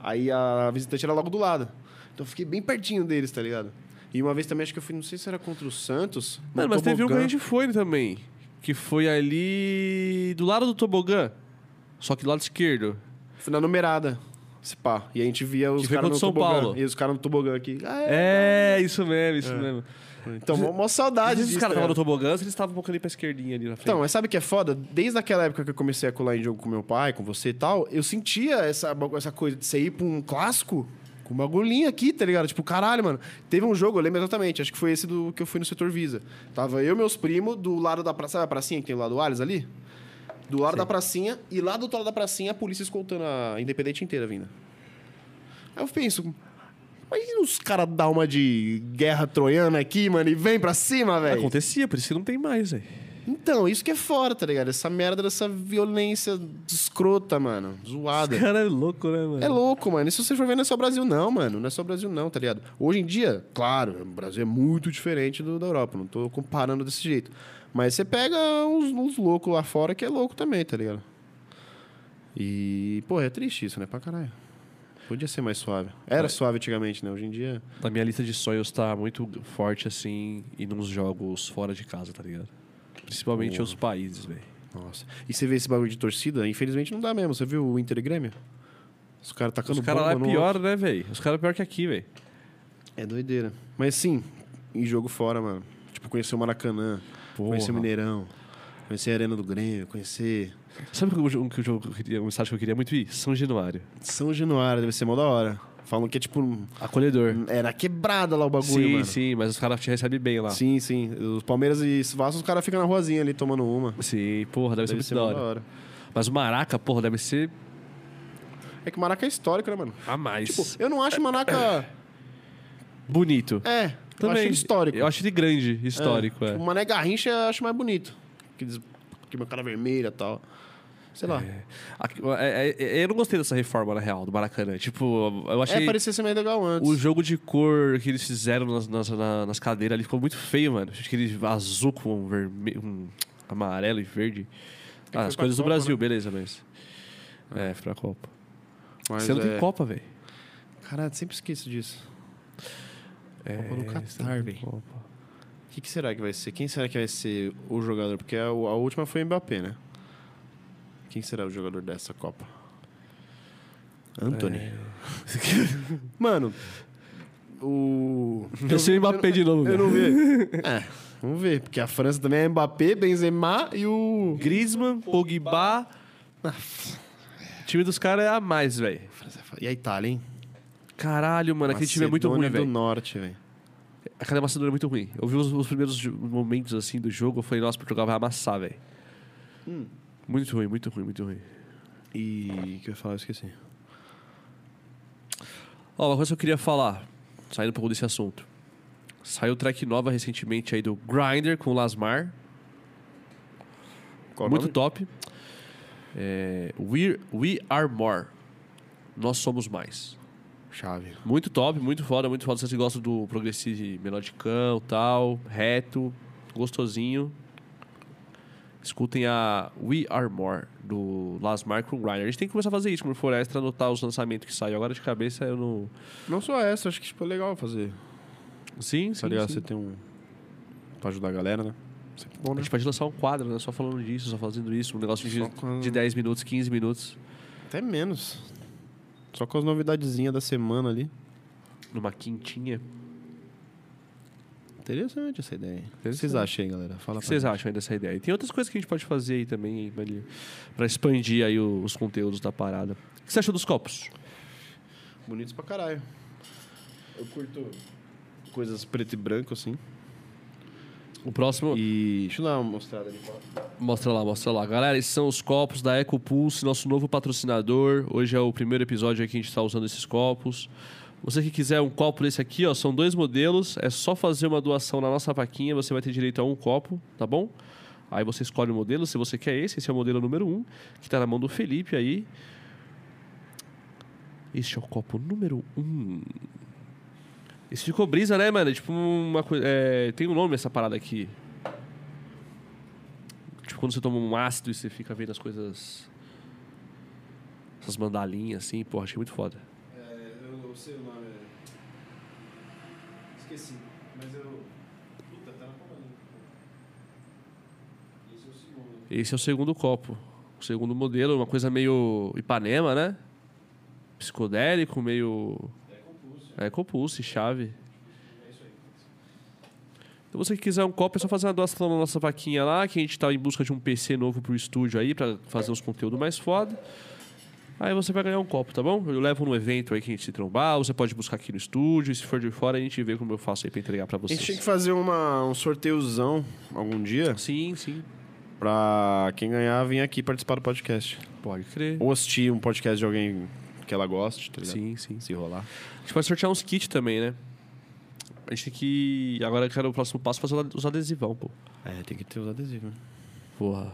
B: Aí a visitante era logo do lado. Então eu fiquei bem pertinho deles, tá ligado? E uma vez também, acho que eu fui, não sei se era contra o Santos.
A: Mano,
B: no
A: mas teve um que a
B: tobogã.
A: gente foi também. Que foi ali do lado do tobogã. Só que do lado esquerdo.
B: Fui na numerada. Se pá. E a gente via os
A: Que foi
B: caras no
A: contra o São
B: tobogã.
A: Paulo.
B: E os caras no tobogã aqui. Ah, é.
A: É, Ah, isso mesmo, isso mesmo.
B: Então, mó- mó
A: Às
B: saudade
A: vezes
B: disso.
A: os caras
B: tá
A: estavam no
B: ligado?
A: tobogã, eles estavam um pouco ali pra esquerdinha ali na frente.
B: Então, mas sabe o que é foda? Desde aquela época que eu comecei a colar em jogo com meu pai, com você e tal, eu sentia essa, bagu- essa coisa de você ir pra um clássico com uma golinha aqui, tá ligado? Tipo, caralho, mano. Teve um jogo, eu lembro exatamente, acho que foi esse do que eu fui no setor Visa. Tava eu e meus primos do lado da praça, sabe a pracinha que tem lá do Alves ali? Do lado da pracinha, e lá do outro lado da pracinha, a polícia escoltando a Independente inteira vindo. Aí eu penso, mas e os caras dão uma de guerra troiana aqui, mano, e vem pra cima, velho?
A: é Acontecia, por isso que não tem mais, velho.
B: Então, isso que é fora, tá ligado? Essa merda dessa violência escrota, mano. Zoada.
A: Cara, é louco, né, mano?
B: É louco, mano. E se você for ver, não é só Brasil, não, mano. Não é só Brasil, não, tá ligado? Hoje em dia, claro, o Brasil é muito diferente do, da Europa. Não tô comparando desse jeito. Mas você pega uns, uns loucos lá fora que é louco também, tá ligado? E, pô, é triste isso, né? Pra caralho. Podia ser mais suave.
A: É.
B: Era suave antigamente, né? Hoje em dia.
A: Na minha lista de sonhos tá muito forte, assim, ir nos jogos fora de casa, tá ligado? Principalmente os países, velho.
B: Nossa. E você vê esse bagulho de torcida? Infelizmente não dá mesmo. Você viu o Inter e Grêmio? Os caras tacando
A: Os caras lá é
B: bomba no
A: pior, né, velho? Os caras é pior que aqui, velho.
B: É doideira. Mas sim, em jogo fora, mano. Tipo, conhecer o Maracanã, conhecer o Mineirão, conhecer a Arena do Grêmio, conhecer
A: Sabe um, jogo que eu jogo que eu queria, um estádio que eu queria muito ir? São Januário.
B: São Januário, deve ser mó da hora. Falam que é tipo. um-
A: Acolhedor.
B: Era quebrada lá o bagulho,
A: sim,
B: mano.
A: sim, mas os caras te recebem bem lá.
B: Sim, sim. Os Palmeiras e os Vasco, os caras ficam na ruazinha ali tomando uma.
A: Sim, porra, deve,
B: Deve
A: ser
B: ser
A: muito
B: mó
A: é da hora.
B: da hora.
A: Mas o Maraca, porra, deve ser
B: É que o Maraca é histórico, né, mano?
A: a mais.
B: Tipo, eu não acho o Maraca.
A: bonito.
B: É, eu acho ele histórico.
A: Eu acho ele grande, histórico, é.
B: Tipo, o Mané Garrincha eu acho mais bonito. Que diz que uma cara vermelha e tal. Sei lá. É,
A: Aqui- é, é, é, Eu não gostei dessa reforma, na real, do Maracanã. Tipo, eu achei...
B: parecia ser mais legal É antes.
A: O jogo de cor que eles fizeram nas, nas, na- nas cadeiras ali ficou muito feio, mano. Acho que ele azul com vermelho, um amarelo e verde.
B: É foi
A: Ah, as
B: pra
A: coisas do
B: Copa, né?
A: Brasil, beleza, mas. É, foi pra Copa.
B: Mas
A: Você não
B: é-
A: tem Copa, velho.
B: Caralho, sempre esqueço disso.
A: É,
B: Copa do
A: você não
B: Catar,
A: tem
B: véi.
A: Copa.
B: O que, que será que vai ser? Quem será que vai ser o jogador? Porque a, a última foi o Mbappé, né? Quem será o jogador dessa Copa? Anthony.
A: É.
B: Mano, o.
A: Eu sei é o Mbappé de novo, velho.
B: Eu não vi. É, vamos ver. Porque a França também é Mbappé, Benzema e o.
A: Griezmann, Pogba. O time dos caras é a mais, velho.
B: E a Itália, hein?
A: Caralho, mano, aquele time é muito ruim,
B: Macedônia do
A: velho.
B: Norte, velho.
A: Aquela Macedônia é muito ruim. Eu vi os, os primeiros jo- momentos assim do jogo, eu falei, nossa, Portugal vai amassar, velho.
B: Hum.
A: Muito ruim, muito ruim, muito ruim.
B: E. O que eu ia falar? Eu esqueci.
A: Ó, uma coisa que eu queria falar, saindo um pouco desse assunto. Saiu track nova recentemente aí do Grinder com o Lasmar.
B: Qual o
A: muito
B: nome?
A: top. É, We're, we Are More. Nós somos mais.
B: Chave.
A: Muito top, muito foda, muito foda. Se vocês gostam do Progressive Melodicão tal, reto, gostosinho. Escutem a We Are More do Lasmar com o Grinder. A gente tem que começar a fazer isso quando for extra, anotar os lançamentos que saem. Agora de cabeça eu não.
B: Não só essa, acho que tipo, é legal fazer.
A: Sim,
B: Tá
A: sim,
B: ligado?
A: sim.
B: Você tem um. Pra ajudar a galera, né? Sempre bom,
A: A
B: né?
A: gente pode lançar um quadro, né? Só falando disso, só fazendo isso. Um negócio de,
B: Só com-
A: de 10 minutos, 15 minutos.
B: Até menos. Só com as novidadezinhas da semana ali.
A: Numa quintinha.
B: Interessante essa ideia. O que vocês
A: Interessante.
B: acham aí, galera? Fala
A: O que
B: pra
A: vocês
B: mim.
A: acham aí dessa ideia? E tem outras coisas que a gente pode fazer aí também, hein, Maria? pra expandir aí o- os conteúdos da parada. O que você achou dos copos?
B: Bonitos pra caralho. Eu curto coisas preto e branco, assim.
A: O próximo.
B: E deixa eu dar uma mostrada ali.
A: Mostra lá, mostra lá. Galera, esses são os copos da EcoPulse, nosso novo patrocinador. Hoje é o primeiro episódio aí que a gente está usando esses copos. Você que quiser um copo desse aqui, ó, são dois modelos. É só fazer uma doação na nossa vaquinha, você vai ter direito a um copo, tá bom? Aí você escolhe o modelo, se você quer esse, esse é o modelo número um, que tá na mão do Felipe aí. Este é o copo número um. Esse ficou brisa, né, mano? É Tipo uma coisa. é, tem um nome essa parada aqui. Tipo, quando você toma um ácido e você fica vendo as coisas. Essas mandalinhas assim, porra, achei muito foda.
B: É, eu não sei o nome. Esqueci. Mas eu. Puta, tá na palma Esse é o segundo.
A: Esse é o segundo copo. O segundo modelo, uma coisa meio Ipanema, né? Psicodélico, meio. É compulse, chave. Então você que quiser um copo, é só fazer uma doação na nossa vaquinha lá, que a gente tá em busca de um PC novo pro estúdio aí, pra fazer uns conteúdos mais foda. Aí você vai ganhar um copo, tá bom? Eu levo num evento aí que a gente se trombar, ou você pode buscar aqui no estúdio, e se for de fora a gente vê como eu faço aí pra entregar pra
B: A gente tinha
A: vocês.
B: que fazer uma, um sorteiozão algum dia
A: Sim, sim.
B: pra quem ganhar vir aqui participar do podcast.
A: Pode crer.
B: Ou assistir um podcast de alguém que ela goste, tá ligado?
A: Sim, sim.
B: Se rolar.
A: A gente pode sortear uns kits também, né? A gente tem que. Agora eu quero o próximo passo fazer os adesivão, pô.
B: É, tem que ter os adesivos, né?
A: Porra.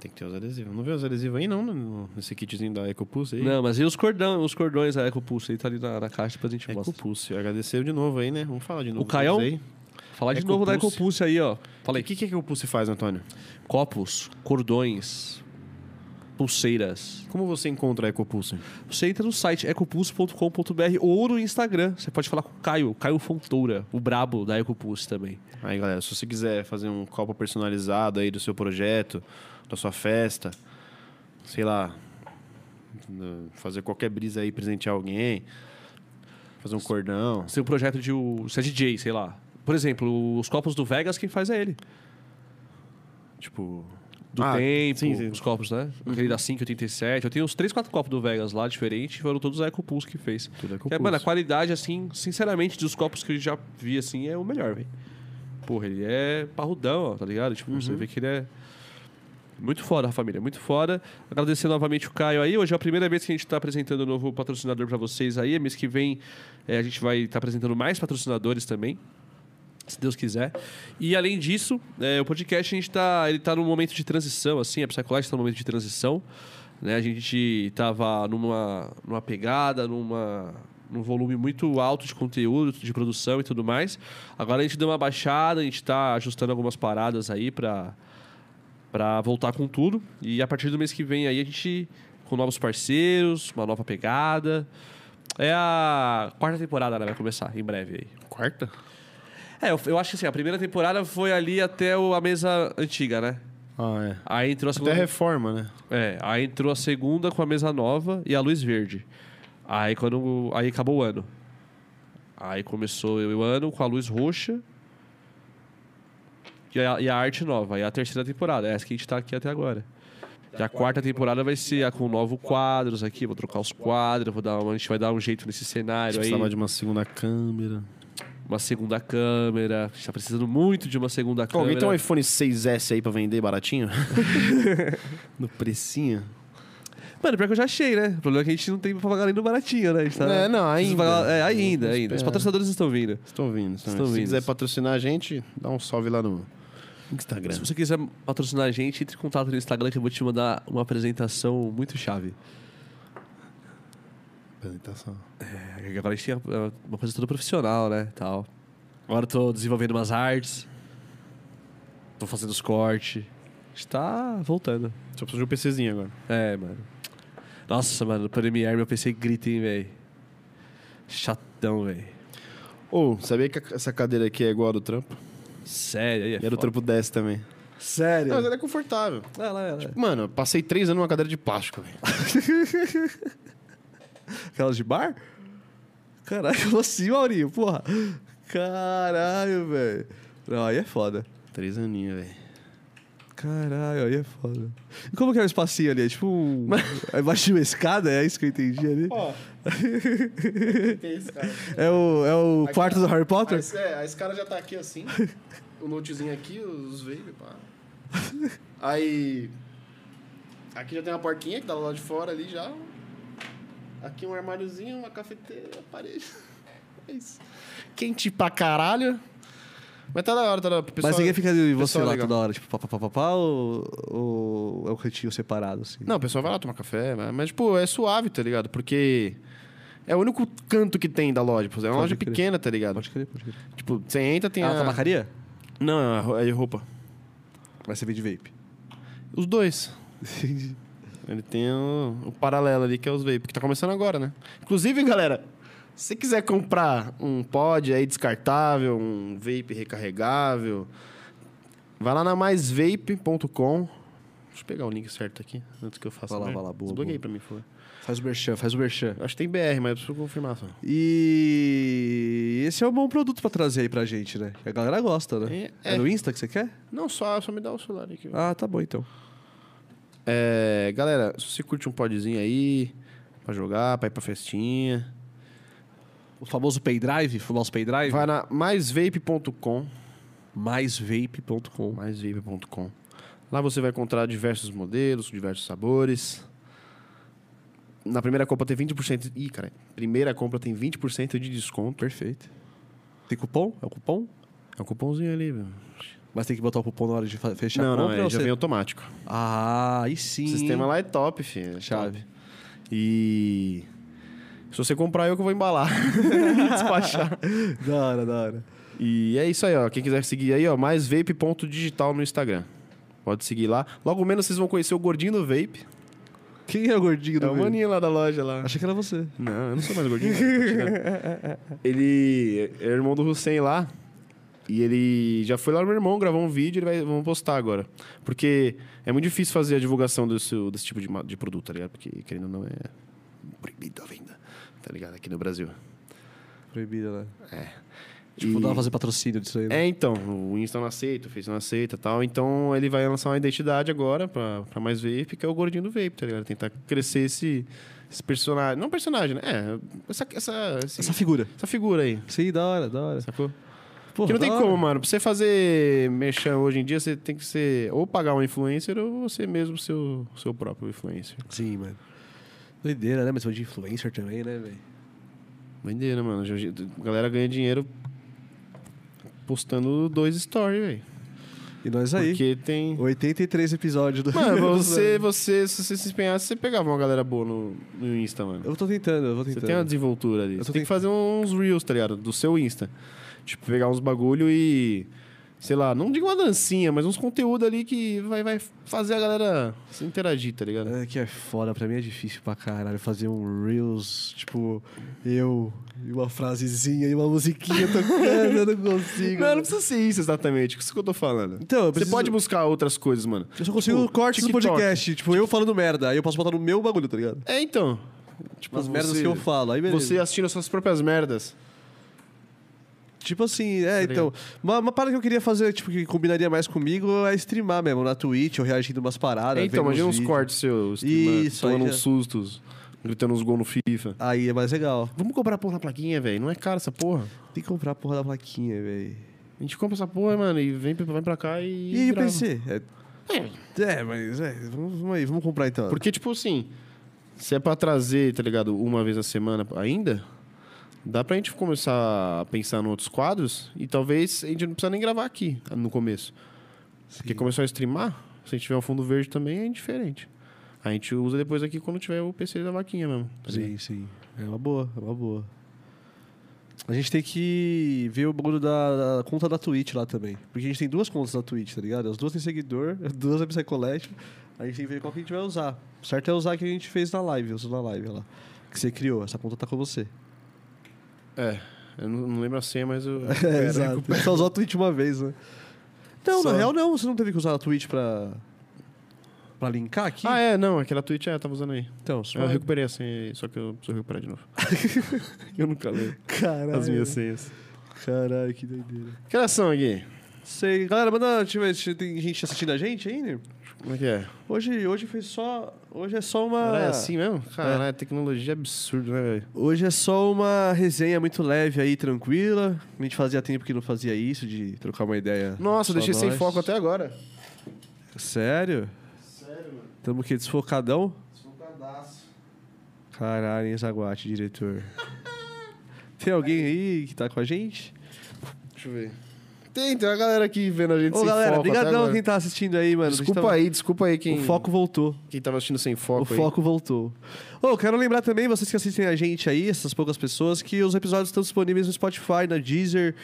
B: Tem que ter os adesivos. Não vê os adesivos aí, não, no- nesse kitzinho da EcoPulse aí?
A: Não, mas e os cordão, os cordões da EcoPulse aí tá ali na, na caixa pra gente mostrar.
B: EcoPulse. Agradeceu de novo aí, né? Vamos falar de novo.
A: O Caião?
B: deles aí.
A: Falar de novo da
B: EcoPulse.
A: EcoPulse aí, ó.
B: O
A: Falei.
B: que, que a EcoPulse faz, Antônio?
A: Copos, cordões, pulseiras.
B: Como você encontra a EcoPulse?
A: Você entra no site ecopulse.com.br ou no Instagram. Você pode falar com o Caio, Caio Fontoura, o brabo da Ecopulse também.
B: Aí, galera, se você quiser fazer um copo personalizado aí do seu projeto, da sua festa, sei lá, no- fazer qualquer brisa aí, presentear alguém, fazer um cordão.
A: Você tem um projeto de. o- Você é DJ, sei lá. Por exemplo, os copos do Vegas, quem faz é ele.
B: Tipo.
A: Do
B: Ah,
A: tempo,
B: sim, Uhum. sim.
A: os copos, né? Aquele da 587. Eu tenho uns 3, 4 copos do Vegas lá, diferente. Foram todos a Ecopulse que fez.
B: Tudo é
A: Que é,
B: EcoPulse.
A: mano, a qualidade, assim, sinceramente, dos copos que eu já vi, assim, é o melhor, velho. Porra, ele é parrudão, ó, tá ligado? Tipo, você
B: Uhum.
A: vê que ele é muito foda, família, muito foda. Agradecer novamente o Caio aí. Hoje é a primeira vez que a gente tá apresentando um novo patrocinador pra vocês aí. Mês que vem eh, a gente vai estar apresentando mais patrocinadores também. Se Deus quiser. E além disso, eh, o podcast a gente tá, ele tá num momento de transição, assim, a Psychológica tá num momento de transição. Né? A gente tava numa, numa pegada, numa, num volume muito alto de conteúdo, de produção e tudo mais. Agora a gente deu uma baixada, a gente tá ajustando algumas paradas aí pra, pra voltar com tudo. E a partir do mês que vem aí a gente, com novos parceiros, uma nova pegada. É a quarta temporada, né? Vai começar em breve aí.
B: Quarta?
A: É, eu, eu acho que assim, a primeira temporada foi ali até o- a mesa antiga, né?
B: Ah, é.
A: Aí entrou a
B: Até
A: segunda.
B: a reforma, né?
A: É, aí entrou a segunda com a mesa nova e a luz verde. Aí quando. Aí acabou o ano. Aí começou o ano com a luz roxa. E a, e a arte nova. E a terceira temporada. É essa que a gente tá aqui até agora. E a quarta temporada vai ser a com novos quadros aqui. Vou trocar os quadros, vou dar uma- a gente vai dar um jeito nesse
B: Você tá
A: cenário aí.
B: precisava de uma segunda câmera.
A: Uma segunda câmera. A gente tá precisando muito de uma segunda
B: Ô,
A: câmera.
B: alguém tem um iPhone 6S aí pra vender baratinho? no precinho?
A: Mano, pior que eu já achei, né? O problema é que a gente não tem pra pagar nem no baratinho, né? A gente tá...
B: É, não,
A: Precisa
B: ainda.
A: pagar- É, ainda,
B: Vamos
A: ainda. Os
B: esperar.
A: patrocinadores estão vindo.
B: Estou ouvindo.
A: Estou
B: Estou ouvindo. Se
A: ouvindo.
B: quiser patrocinar a gente, dá um salve lá no Instagram.
A: Se você quiser patrocinar a gente, entre em contato no Instagram que eu vou te mandar uma apresentação muito chave.
B: Apresentação.
A: É, Agora a gente tem é, uma coisa toda profissional, né? Tal. Agora eu tô desenvolvendo umas artes. Tô fazendo os cortes. A gente tá voltando.
B: Só preciso de um PCzinho agora.
A: É, mano. Nossa, mano, no Premiere meu PC grita, hein, velho. Chatão, velho.
B: Ô, sabia que essa cadeira aqui é igual a do trampo?
A: Sério, aí é
B: e era o
A: foda.
B: trampo dessa também.
A: Sério?
B: Não, mas ela é confortável.
A: Ah, lá, lá.
B: Mano, eu passei três anos numa cadeira de plástico, velho.
A: Aquelas de bar? Caralho, como assim, Maurinho? Porra. Caralho, velho. Não, aí é foda.
B: Três aninhos, velho.
A: Caralho, aí é foda. E como que é o espacinho ali? É tipo um... É embaixo de uma escada? É isso que eu entendi ali?
B: Ó. que isso, cara?
A: É o, é o
B: Aqui,
A: quarto do Harry Potter?
B: é, a escada já tá aqui assim. O notezinho aqui, os veículos, pá. Aí. Aqui já tem uma porquinha que tá lá de fora ali já. Aqui um armáriozinho, uma cafeteira, parede. É isso. Quente pra caralho. Mas tá da hora, tá da hora. Pessoal-
A: Mas ninguém fica de você
B: pessoal é
A: lá
B: legal.
A: toda hora, tipo, pá, pá, pá, pá, pá, ou, ou é um cantinho separado, assim?
B: Não, o pessoal vai lá tomar café, mas, mas, tipo, é suave, tá ligado? Porque é o único canto que tem da loja. Tipo, é uma
A: Pode
B: loja
A: crer.
B: pequena, tá ligado?
A: Pode crer, pode crer.
B: Tipo, você entra, tem
A: É uma
B: a...
A: tabacaria?
B: Não, é ro- é roupa.
A: Mas você vende vape.
B: Os dois. Ele tem o, o paralelo ali, que é os vape, que tá começando agora, né? Inclusive, galera, se você quiser comprar um pod aí descartável, um vape recarregável, vai lá na maisvape.com. Deixa eu pegar o link certo aqui, antes que eu faça.
A: Vai lá,
B: merda.
A: vai lá, boa,
B: Desbloqueei
A: boa.
B: pra mim, por favor.
A: Faz o merchan, faz o merchan.
B: Eu Acho que tem BR, mas eu preciso confirmar só.
A: E esse é um bom produto pra trazer aí pra gente, né? A galera gosta, né?
B: É, é.
A: no Insta que você quer?
B: Não, só, só me dá o celular aqui.
A: Ah, tá bom então.
B: É, galera, se você curte um podzinho aí, pra jogar, pra ir pra festinha,
A: O famoso paydrive, o famoso paydrive,
B: vai na maisvape.com.
A: maisvape.com.
B: maisvape.com. Lá você vai encontrar diversos modelos, diversos sabores. Na primeira compra tem 20%. Ih, cara, primeira compra tem 20% de desconto.
A: Perfeito. Tem cupom? É o cupom?
B: É um cupomzinho ali, velho.
A: Mas tem que botar o cupom na hora de fa- fechar
B: Não,
A: a
B: não,
A: compra?
B: é,
A: ou
B: já
A: você-
B: vem automático.
A: Ah, aí sim.
B: O sistema lá é top, filho. é
A: Chave.
B: top. E. Se você comprar, eu que vou embalar. e despachar.
A: Da hora, da hora.
B: E é isso aí, ó. Quem quiser seguir aí, ó, mais vape.digital no Instagram. Pode seguir lá. Logo menos vocês vão conhecer o gordinho do vape.
A: Quem é o gordinho
B: É
A: do
B: o
A: meio?
B: maninho lá da loja lá.
A: Achei que era você.
B: Não, eu não sou mais gordinho. cara, tô tirando. ele é irmão do Hussein lá. E ele já foi lá no meu irmão, gravou um vídeo, ele vai, vamos postar agora. Porque é muito difícil fazer a divulgação desse, desse tipo de, ma- de produto, tá ligado? Porque, querendo ou não, é proibido a venda, tá ligado? Aqui no Brasil.
A: Proibida, né?
B: E-
A: Tipo, dá pra fazer patrocínio disso aí. né?
B: É, então, o Insta não aceita, o Face não aceita e tal. Então ele vai lançar uma identidade agora pra, pra mais vape, que é o gordinho do vape, tá ligado? Tentar crescer esse, esse personagem. Não personagem, né? É, essa, essa, esse-
A: Essa figura.
B: essa figura aí.
A: Sim, da hora, da hora.
B: Sacou?
A: Porra,
B: Porque não tem
A: da hora.
B: como, mano. Pra você fazer mexer hoje em dia, você tem que ser ou pagar um influencer ou você mesmo seu, seu próprio influencer.
A: Sim, mano. Doideira, né? Mas foi de influencer também, né, velho?
B: Bandeira, mano. Hoje em dia, A galera ganha dinheiro postando dois stories, velho.
A: E nós aí.
B: Porque tem.
A: 83 episódios do.
B: Mano, você, você, se você se empenhasse, você pegava uma galera boa no, no Insta, mano.
A: Eu tô tentando, eu vou
B: Você
A: tentando.
B: tem uma desenvoltura ali.
A: Eu tô
B: Você tem que fazer uns reels, tá ligado? Do seu Insta. Tipo, pegar uns bagulho e. Sei lá, não digo uma dancinha, mas uns conteúdos ali que vai, vai fazer a galera se interagir, tá ligado?
A: É que é foda, pra mim é difícil pra caralho fazer um Reels, tipo, eu e uma frasezinha e uma musiquinha tocando, eu não consigo.
B: Não, não precisa ser isso exatamente, isso que eu tô falando.
A: Então, eu
B: Você
A: preciso-
B: pode buscar outras coisas, mano.
A: Eu só consigo
B: Tipo,
A: cortes do
B: TikTok.
A: podcast, tipo, eu falando merda, aí eu posso botar no meu bagulho, tá ligado?
B: É, então. Tipo,
A: As merdas
B: você-
A: que eu falo, aí beleza.
B: Você assistindo as suas próprias merdas.
A: Tipo assim, é,
B: Tá
A: então. Uma, uma parada que eu queria fazer, tipo, que combinaria mais comigo é streamar mesmo, na Twitch, ou reagindo umas paradas.
B: É, então,
A: vendo
B: imagina uns
A: vídeos.
B: cortes seus, streamando,
A: Isso, aí
B: tomando
A: já-
B: uns sustos, gritando uns gols no FIFA.
A: Aí é mais legal.
B: Vamos comprar porra na plaquinha, velho. Não é caro essa porra.
A: Tem que comprar a porra da plaquinha, velho.
B: A gente compra essa porra, mano, e vem, pra- vem pra cá e.
A: E, e
B: grava.
A: PC? É, é, mas é, vamos, vamos aí, vamos comprar então.
B: Porque, tipo assim, se é pra trazer, tá ligado, uma vez na semana ainda, dá pra gente começar a pensar em outros quadros e talvez a gente não precisa nem gravar aqui no começo. Porque começar a streamar, se a gente tiver um fundo verde também, é indiferente. A gente usa depois aqui quando tiver o PC da vaquinha mesmo. tá ligado?
A: Sim, sim. É uma boa, é uma boa. A gente tem que ver o bagulho da, da conta da Twitch lá também. Porque a gente tem duas contas da Twitch, tá ligado? As duas têm seguidor, as duas é Psycollection. A gente tem que ver qual que a gente vai usar. O certo é usar a que a gente fez na live, usou na live lá. Que você criou, essa conta tá com você.
B: É, eu não, não lembro a senha, mas eu.
A: É, exato. Só usou a Twitch uma vez, né? Não,
B: Só.
A: na real não, você não teve que usar a Twitch pra. pra linkar aqui?
B: Ah, é, não, aquela Twitch, é, eu tava usando aí.
A: Então,
B: Eu recuperei a senha aí, só que eu preciso recuperar de novo. eu nunca leio
A: Caralho.
B: as minhas senhas.
A: Caralho, que doideira.
B: Que horas são aqui?
A: Sei. Galera, manda. Deixa eu ver se tem gente assistindo a gente ainda.
B: Como é que é?
A: Hoje, hoje foi só. Hoje é só uma.
B: Caralho, é assim mesmo? Caralho, tecnologia absurda, né, velho?
A: Hoje é só uma resenha muito leve aí, tranquila. A gente fazia tempo que não fazia isso, de trocar uma ideia.
B: Nossa,
A: só
B: eu deixei sem
A: nós.
B: foco até agora.
A: Sério?
B: Sério, mano.
A: Tamo o quê? Desfocadão?
B: Desfocadaço.
A: Caralho, hein, Zaguate, diretor. Tem alguém aí que tá com a gente?
B: Deixa eu ver. Tem, tem uma galera aqui vendo a gente
A: Ô,
B: sem
A: galera,
B: foco. até
A: brigadão
B: agora.
A: quem tá assistindo aí, mano. A gente
B: Desculpa
A: tava-
B: aí, desculpa aí quem,
A: O foco voltou.
B: quem tava assistindo sem foco.
A: o foco voltou. Ô, quero lembrar também, vocês que assistem a gente aí, essas poucas pessoas, que os episódios estão disponíveis no Spotify, na Deezer,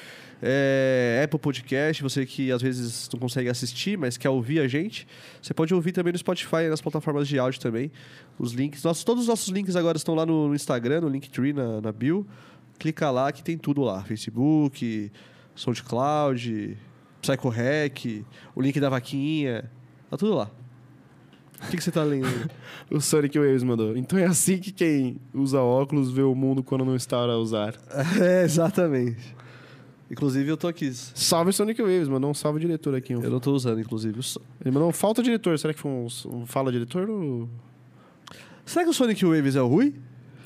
A: é, Apple Podcast. Você que às vezes não consegue assistir, mas quer ouvir a gente, você pode ouvir também no Spotify, nas plataformas de áudio também. Os links, nossos, todos os nossos links agora estão lá no, no Instagram, no Linktree, na, na bio. Clica lá que tem tudo lá: Facebook, SoundCloud, PsychoHack, o link da vaquinha. Tá tudo lá. O que, que você tá lendo? aí?
B: aí. O Sonic Waves mandou. Então é assim que quem usa óculos vê o mundo quando não está a usar.
A: É, exatamente. Inclusive, eu tô aqui.
B: Salve Sonic Waves, mandou um salve diretor aqui.
A: Eu não tô usando, inclusive. O so-
B: Ele mandou um falta diretor. Será que foi um, um fala diretor? ou-
A: Será que o Sonic Waves é o Rui?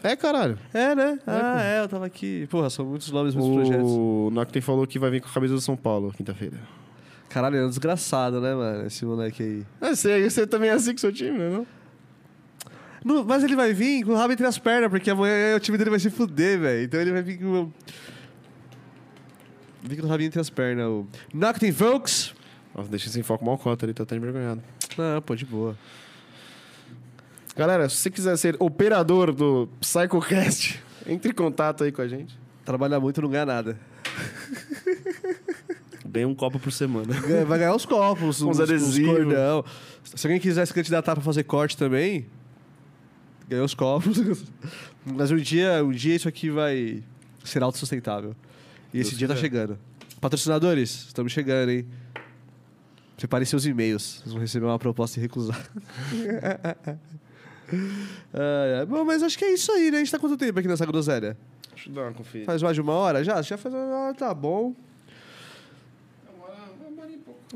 B: É, caralho.
A: É, né?
B: pô.
A: ah, é, eu tava aqui. Porra, são muitos nomes, muitos projetos.
B: O Noctem falou que vai vir com a camisa do São Paulo quinta-feira.
A: Caralho, ele é um desgraçado, né, mano? Esse moleque aí.
B: É, você, você também é assim com o seu time, né? Não?
A: Não, mas ele vai vir com o rabo entre as pernas, porque amanhã o time dele vai se fuder, velho. Então ele vai vir com. Vim com o rabinho entre as pernas. O Noctem Folks.
B: Nossa, deixei sem foco mal cota ali, tô até envergonhado.
A: Não, pô, de boa.
B: Galera, se você quiser ser operador do PsychoCast, entre em contato aí com a gente.
A: Trabalhar muito não ganha nada.
B: Bem um copo por semana.
A: Ganha- Vai ganhar os copos,
B: Uns
A: os
B: adesivos.
A: cordão. Se alguém quiser se candidatar pra fazer corte também, ganha os copos. Mas um dia, um dia isso aqui vai ser autossustentável. E esse
B: Deus
A: dia tá
B: quiser.
A: chegando. Patrocinadores, estamos chegando, hein? Preparem seus e-mails. Vocês vão receber uma proposta e recusar. Ah, é. Bom, mas acho que é isso aí, né? A gente tá quanto tempo aqui nessa groselha?
B: Deixa eu dar uma conferida.
A: Faz mais de uma hora já? Já faz uma hora, tá bom.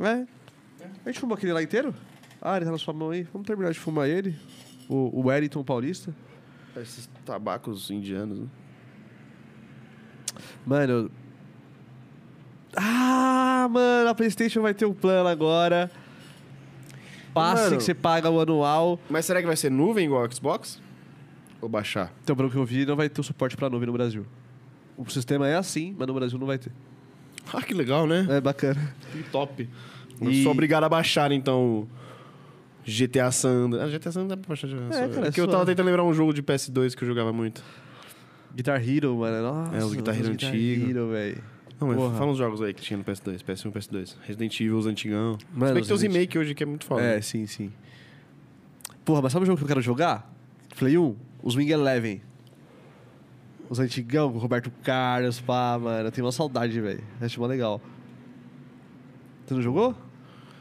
A: É. A gente fumou aquele lá inteiro? Ah, ele tá na sua mão aí. Vamos terminar de fumar ele. O, o Wellington Paulista.
B: Esses tabacos indianos, né?
A: Mano. Ah, mano, a PlayStation vai ter um plano agora. Passe
B: Mano.
A: que você paga o anual.
B: Mas será que vai ser nuvem igual ao Xbox? Ou baixar?
A: Então, pelo que eu vi, não vai ter o suporte pra nuvem no Brasil. O sistema é assim, mas no Brasil não vai ter.
B: Ah, que legal, né?
A: É bacana.
B: Que top. Eu
A: E-
B: sou obrigado a baixar, então, GTA Sandra. Ah, GTA Sandra dá pra baixar. É,
A: cara, é
B: Porque eu
A: suave.
B: tava tentando lembrar um jogo de PS2 que eu jogava muito.
A: Guitar Hero, mano. Nossa,
B: É, os Guitar Hero
A: Guitar
B: antigo.
A: Hero, velho.
B: Não, mas
A: Porra.
B: fala uns jogos aí que tinha no PS2, PS1, PS2. Resident Evil, os
A: Mano,
B: antigão. Se bem que tem os
A: Resident-
B: remake hoje que é muito foda.
A: É, sim, sim. Porra, mas sabe o jogo que eu quero jogar? Play 1? Os Wing Eleven. Os antigão, com o Roberto Carlos, pá, mano. Eu tenho uma saudade, velho. Acho mó legal. Você não jogou?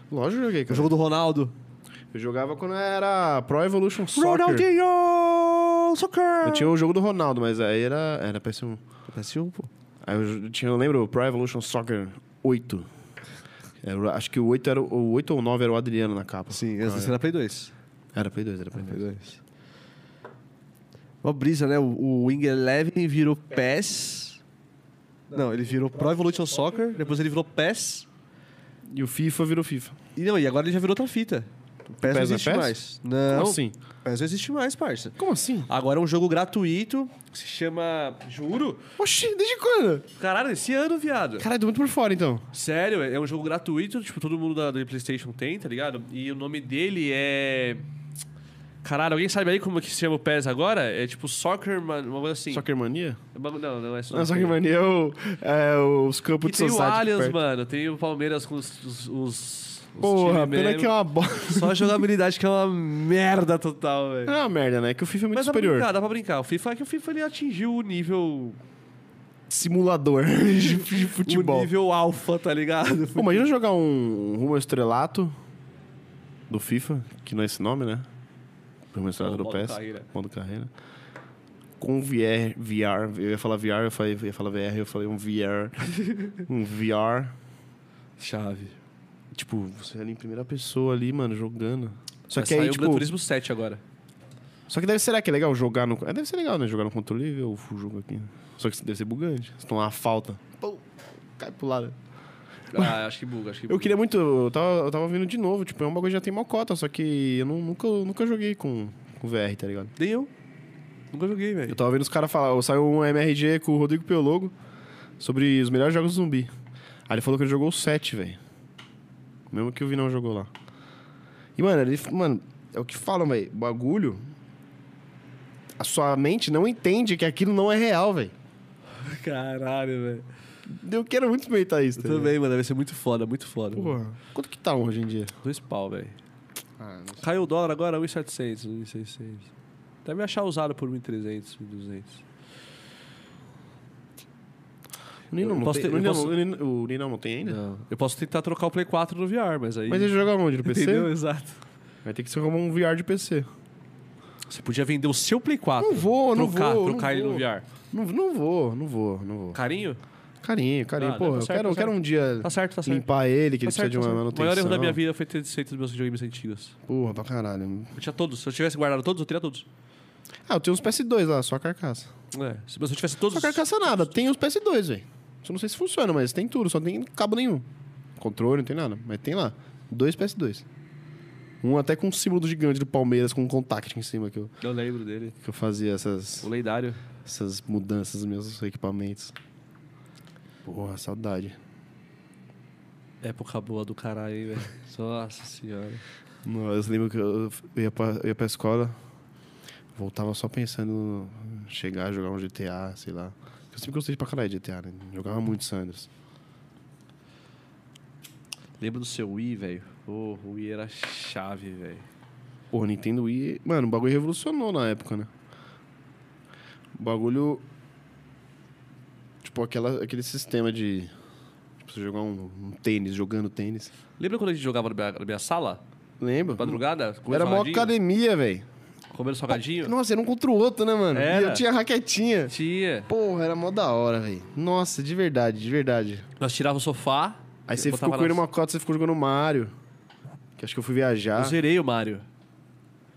B: Lógico que eu joguei,
A: O
B: cara.
A: jogo do Ronaldo.
B: Eu jogava quando era Pro Evolution Soccer.
A: Ronaldinho! Soccer!
B: Eu tinha o jogo do Ronaldo, mas aí era, era PS1.
A: PS1, pô.
B: Aí eu, jo- tinha, eu lembro o Pro Evolution Soccer 8. Era o- acho que o 8, era, o- o 8 ou 9 era o Adriano na capa.
A: Sim, esse
B: Cara,
A: era Play 2.
B: Era Play 2, era Play 2.
A: Ah, é. Play 2. Uma brisa, né? O, o Wing Eleven virou PES. Não, ele virou Pro Evolution Soccer, depois ele virou PES.
B: E o FIFA virou FIFA.
A: E não, e agora ele já virou outra fita. O PES
B: PES
A: não
B: é
A: existe
B: PES?
A: mais. Não,
B: Como assim?
A: o PES não existe mais, parça.
B: Como assim?
A: Agora é um jogo gratuito, que se chama... Juro?
B: Oxi, desde quando?
A: Caralho, esse ano, viado.
B: Caralho, tô muito por fora então.
A: Sério, é um jogo gratuito, tipo, todo mundo da, do Playstation tem, tá ligado? E o nome dele é... Caralho, alguém sabe aí como que se chama o PES agora? É tipo Soccer, mano, uma coisa assim.
B: Soccer Mania?
A: É um bagulho- Não, não é
B: Não, Soccer Mania é, o, é os campos
A: E
B: de
A: tem o
B: society. aqui
A: Allianz,
B: perto.
A: mano, tem o Palmeiras com os... os, os- os
B: Porra,
A: time
B: pena
A: mesmo.
B: que é uma bosta.
A: Só a jogabilidade que é uma merda total, velho.
B: É uma merda, né? Que o FIFA é muito
A: Mas dá pra
B: superior.
A: brincar, dá pra brincar. O FIFA é que o FIFA ele atingiu o nível.
B: Simulador de de futebol.
A: O nível alfa, tá ligado?
B: Pô, imagina jogar um Rumo ao Estrelato do FIFA, que não é esse nome, né? Rumo ao Estrelato
A: Ou
B: do
A: modo
B: PES.
A: carreira.
B: Modo carreira. Com VR, VR. Eu ia falar VR, eu falei, eu ia falar VR, eu falei um VR. um VR.
A: Chave.
B: Tipo, você ali em primeira pessoa ali, mano, jogando. Só
A: Vai
B: que aí,
A: sair o Gran
B: tipo...
A: Turismo 7 agora.
B: Só que deve, será que é legal jogar no... é, Deve ser legal, né? Jogar no controle ou o jogo aqui. Só que deve ser bugante. Se tomar uma falta... Pô, cai pro lado.
A: Ah, acho que buga, acho que buga.
B: Eu queria muito. Eu tava, eu tava vendo de novo, tipo, é um bagulho que já tem mocota, só que eu nu- nunca, nunca joguei com, com VR, tá ligado?
A: Nem eu. Nunca joguei,
B: Eu
A: velho.
B: tava vendo os caras falar, ó, saiu um MRG com o Rodrigo Piologo sobre os melhores jogos do zumbi. Aí ele falou que ele jogou o 7, velho. Mesmo que o Vinão jogou lá. E, mano, ele. Mano, é o que falam, velho. Bagulho. A sua mente não entende que aquilo não é real, velho.
A: Caralho, velho.
B: Eu quero muito experimentar isso,
A: Eu
B: tá ligado?
A: também, mano. Vai ser muito foda, muito foda. mano.
B: Porra. Quanto que tá um hoje em dia?
A: Dois pau, velho.
B: Ah, não sei.
A: Caiu o dólar agora, 1.700, 1.600. Deve achar usado por 1.300, 1.200.
B: O Ninão
A: Eu
B: não
A: posso
B: tem-
A: ter-
B: o
A: eu
B: Ninão-
A: posso-
B: o Ninão- o Ninão não tem ainda?
A: Não. Eu posso tentar trocar o Play 4 no VR, mas aí...
B: Mas é ele joga onde? No PC?
A: Entendeu? Exato.
B: Vai ter que ser como um VR de PC.
A: Você podia vender o seu Play 4.
B: Não vou, não
A: Ah, trocar,
B: vou, não
A: Trocar ele
B: vou.
A: no VR.
B: Não, não vou, não vou, não vou.
A: Carinho?
B: Carinho, carinho.
A: Ah,
B: Pô,
A: tá
B: eu
A: certo,
B: quero,
A: tá
B: eu quero um dia
A: Tá certo, tá certo.
B: limpar ele,
A: Tá
B: que ele precisa
A: certo,
B: de
A: tá
B: uma
A: certo.
B: manutenção.
A: O maior erro da minha vida foi ter desfeito dos meus videogames antigos.
B: Porra, pra caralho.
A: Eu tinha todos. Se eu tivesse guardado todos, eu teria todos.
B: Ah, eu tenho uns PS2 lá, só a carcaça.
A: É. Se mas se eu tivesse todos.
B: Só a carcaça nada, tem uns PS2, velho. Só não sei se funciona, mas tem tudo, só tem cabo nenhum. Controle, não tem nada, mas tem lá. Dois PS2. Um até com um símbolo gigante do Palmeiras, com um contact em cima que eu,
A: Eu lembro dele.
B: que eu fazia essas...
A: O lendário.
B: essas mudanças nos meus equipamentos. Porra, saudade.
A: Época boa do caralho, hein, velho. Nossa senhora.
B: Não, eu lembro que eu eu ia, pra, eu ia pra escola, voltava só pensando em chegar, jogar um GTA, sei lá. Eu sempre gostei pra caralho de GTA, né? Jogava muito Sanders.
A: Lembra do seu Wii, velho? Ô, o Wii era chave, velho.
B: Porra, Nintendo Wii... Mano, o bagulho revolucionou na época, né? O bagulho... Tipo, aquela, aquele sistema de... Tipo, você jogar um, um tênis, jogando tênis.
A: Lembra quando a gente jogava na minha, na minha sala?
B: Lembra?
A: Madrugada? Comendo
B: Era mó
A: salgadinho?
B: academia, velho.
A: Comendo salgadinho?
B: Nossa, era um contra o outro, né, mano? E
A: Era.
B: eu tinha raquetinha.
A: Tinha.
B: Porra, era mó da hora, velho. Nossa, de verdade, de verdade.
A: Nós tirava o sofá.
B: Aí você
A: botava
B: ficou correndo
A: na-
B: uma cota, você ficou jogando Mario. Que acho que eu fui
A: Eu
B: viajar.
A: zerei o Mario.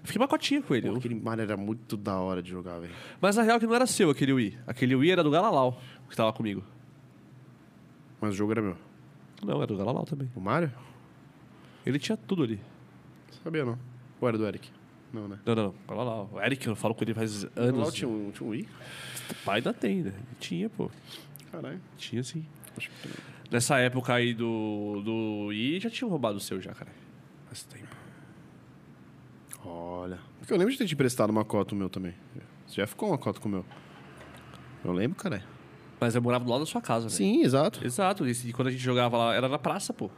A: Fiquei uma cotinha com ele.
B: Pô, aquele Mario era muito da hora de jogar, velho.
A: Mas na real que não era seu aquele Wii. Aquele Wii era do Galalau, que tava comigo.
B: Mas o jogo era meu.
A: Não, era do Galalau também.
B: O Mario?
A: Ele tinha tudo ali.
B: Sabia não. Ou era do Eric? Não, né?
A: Não, não, não. Galalau. O Eric, eu falo com ele faz
B: Lá
A: anos.
B: tinha um, tinha um Wii?
A: Pai ainda tem, né? Tinha, pô.
B: Caralho.
A: Tinha sim.
B: Acho que não.
A: Nessa época aí do, do Wii, já tinham roubado o seu já, cara. Faz tempo.
B: Olha. Porque eu lembro de ter te emprestado uma cota o meu também. Você já ficou uma cota com o meu. Eu lembro, caralho.
A: Mas eu morava do lado da sua casa, velho.
B: Sim, exato.
A: Exato. E se- quando a gente jogava lá, era na praça, pô.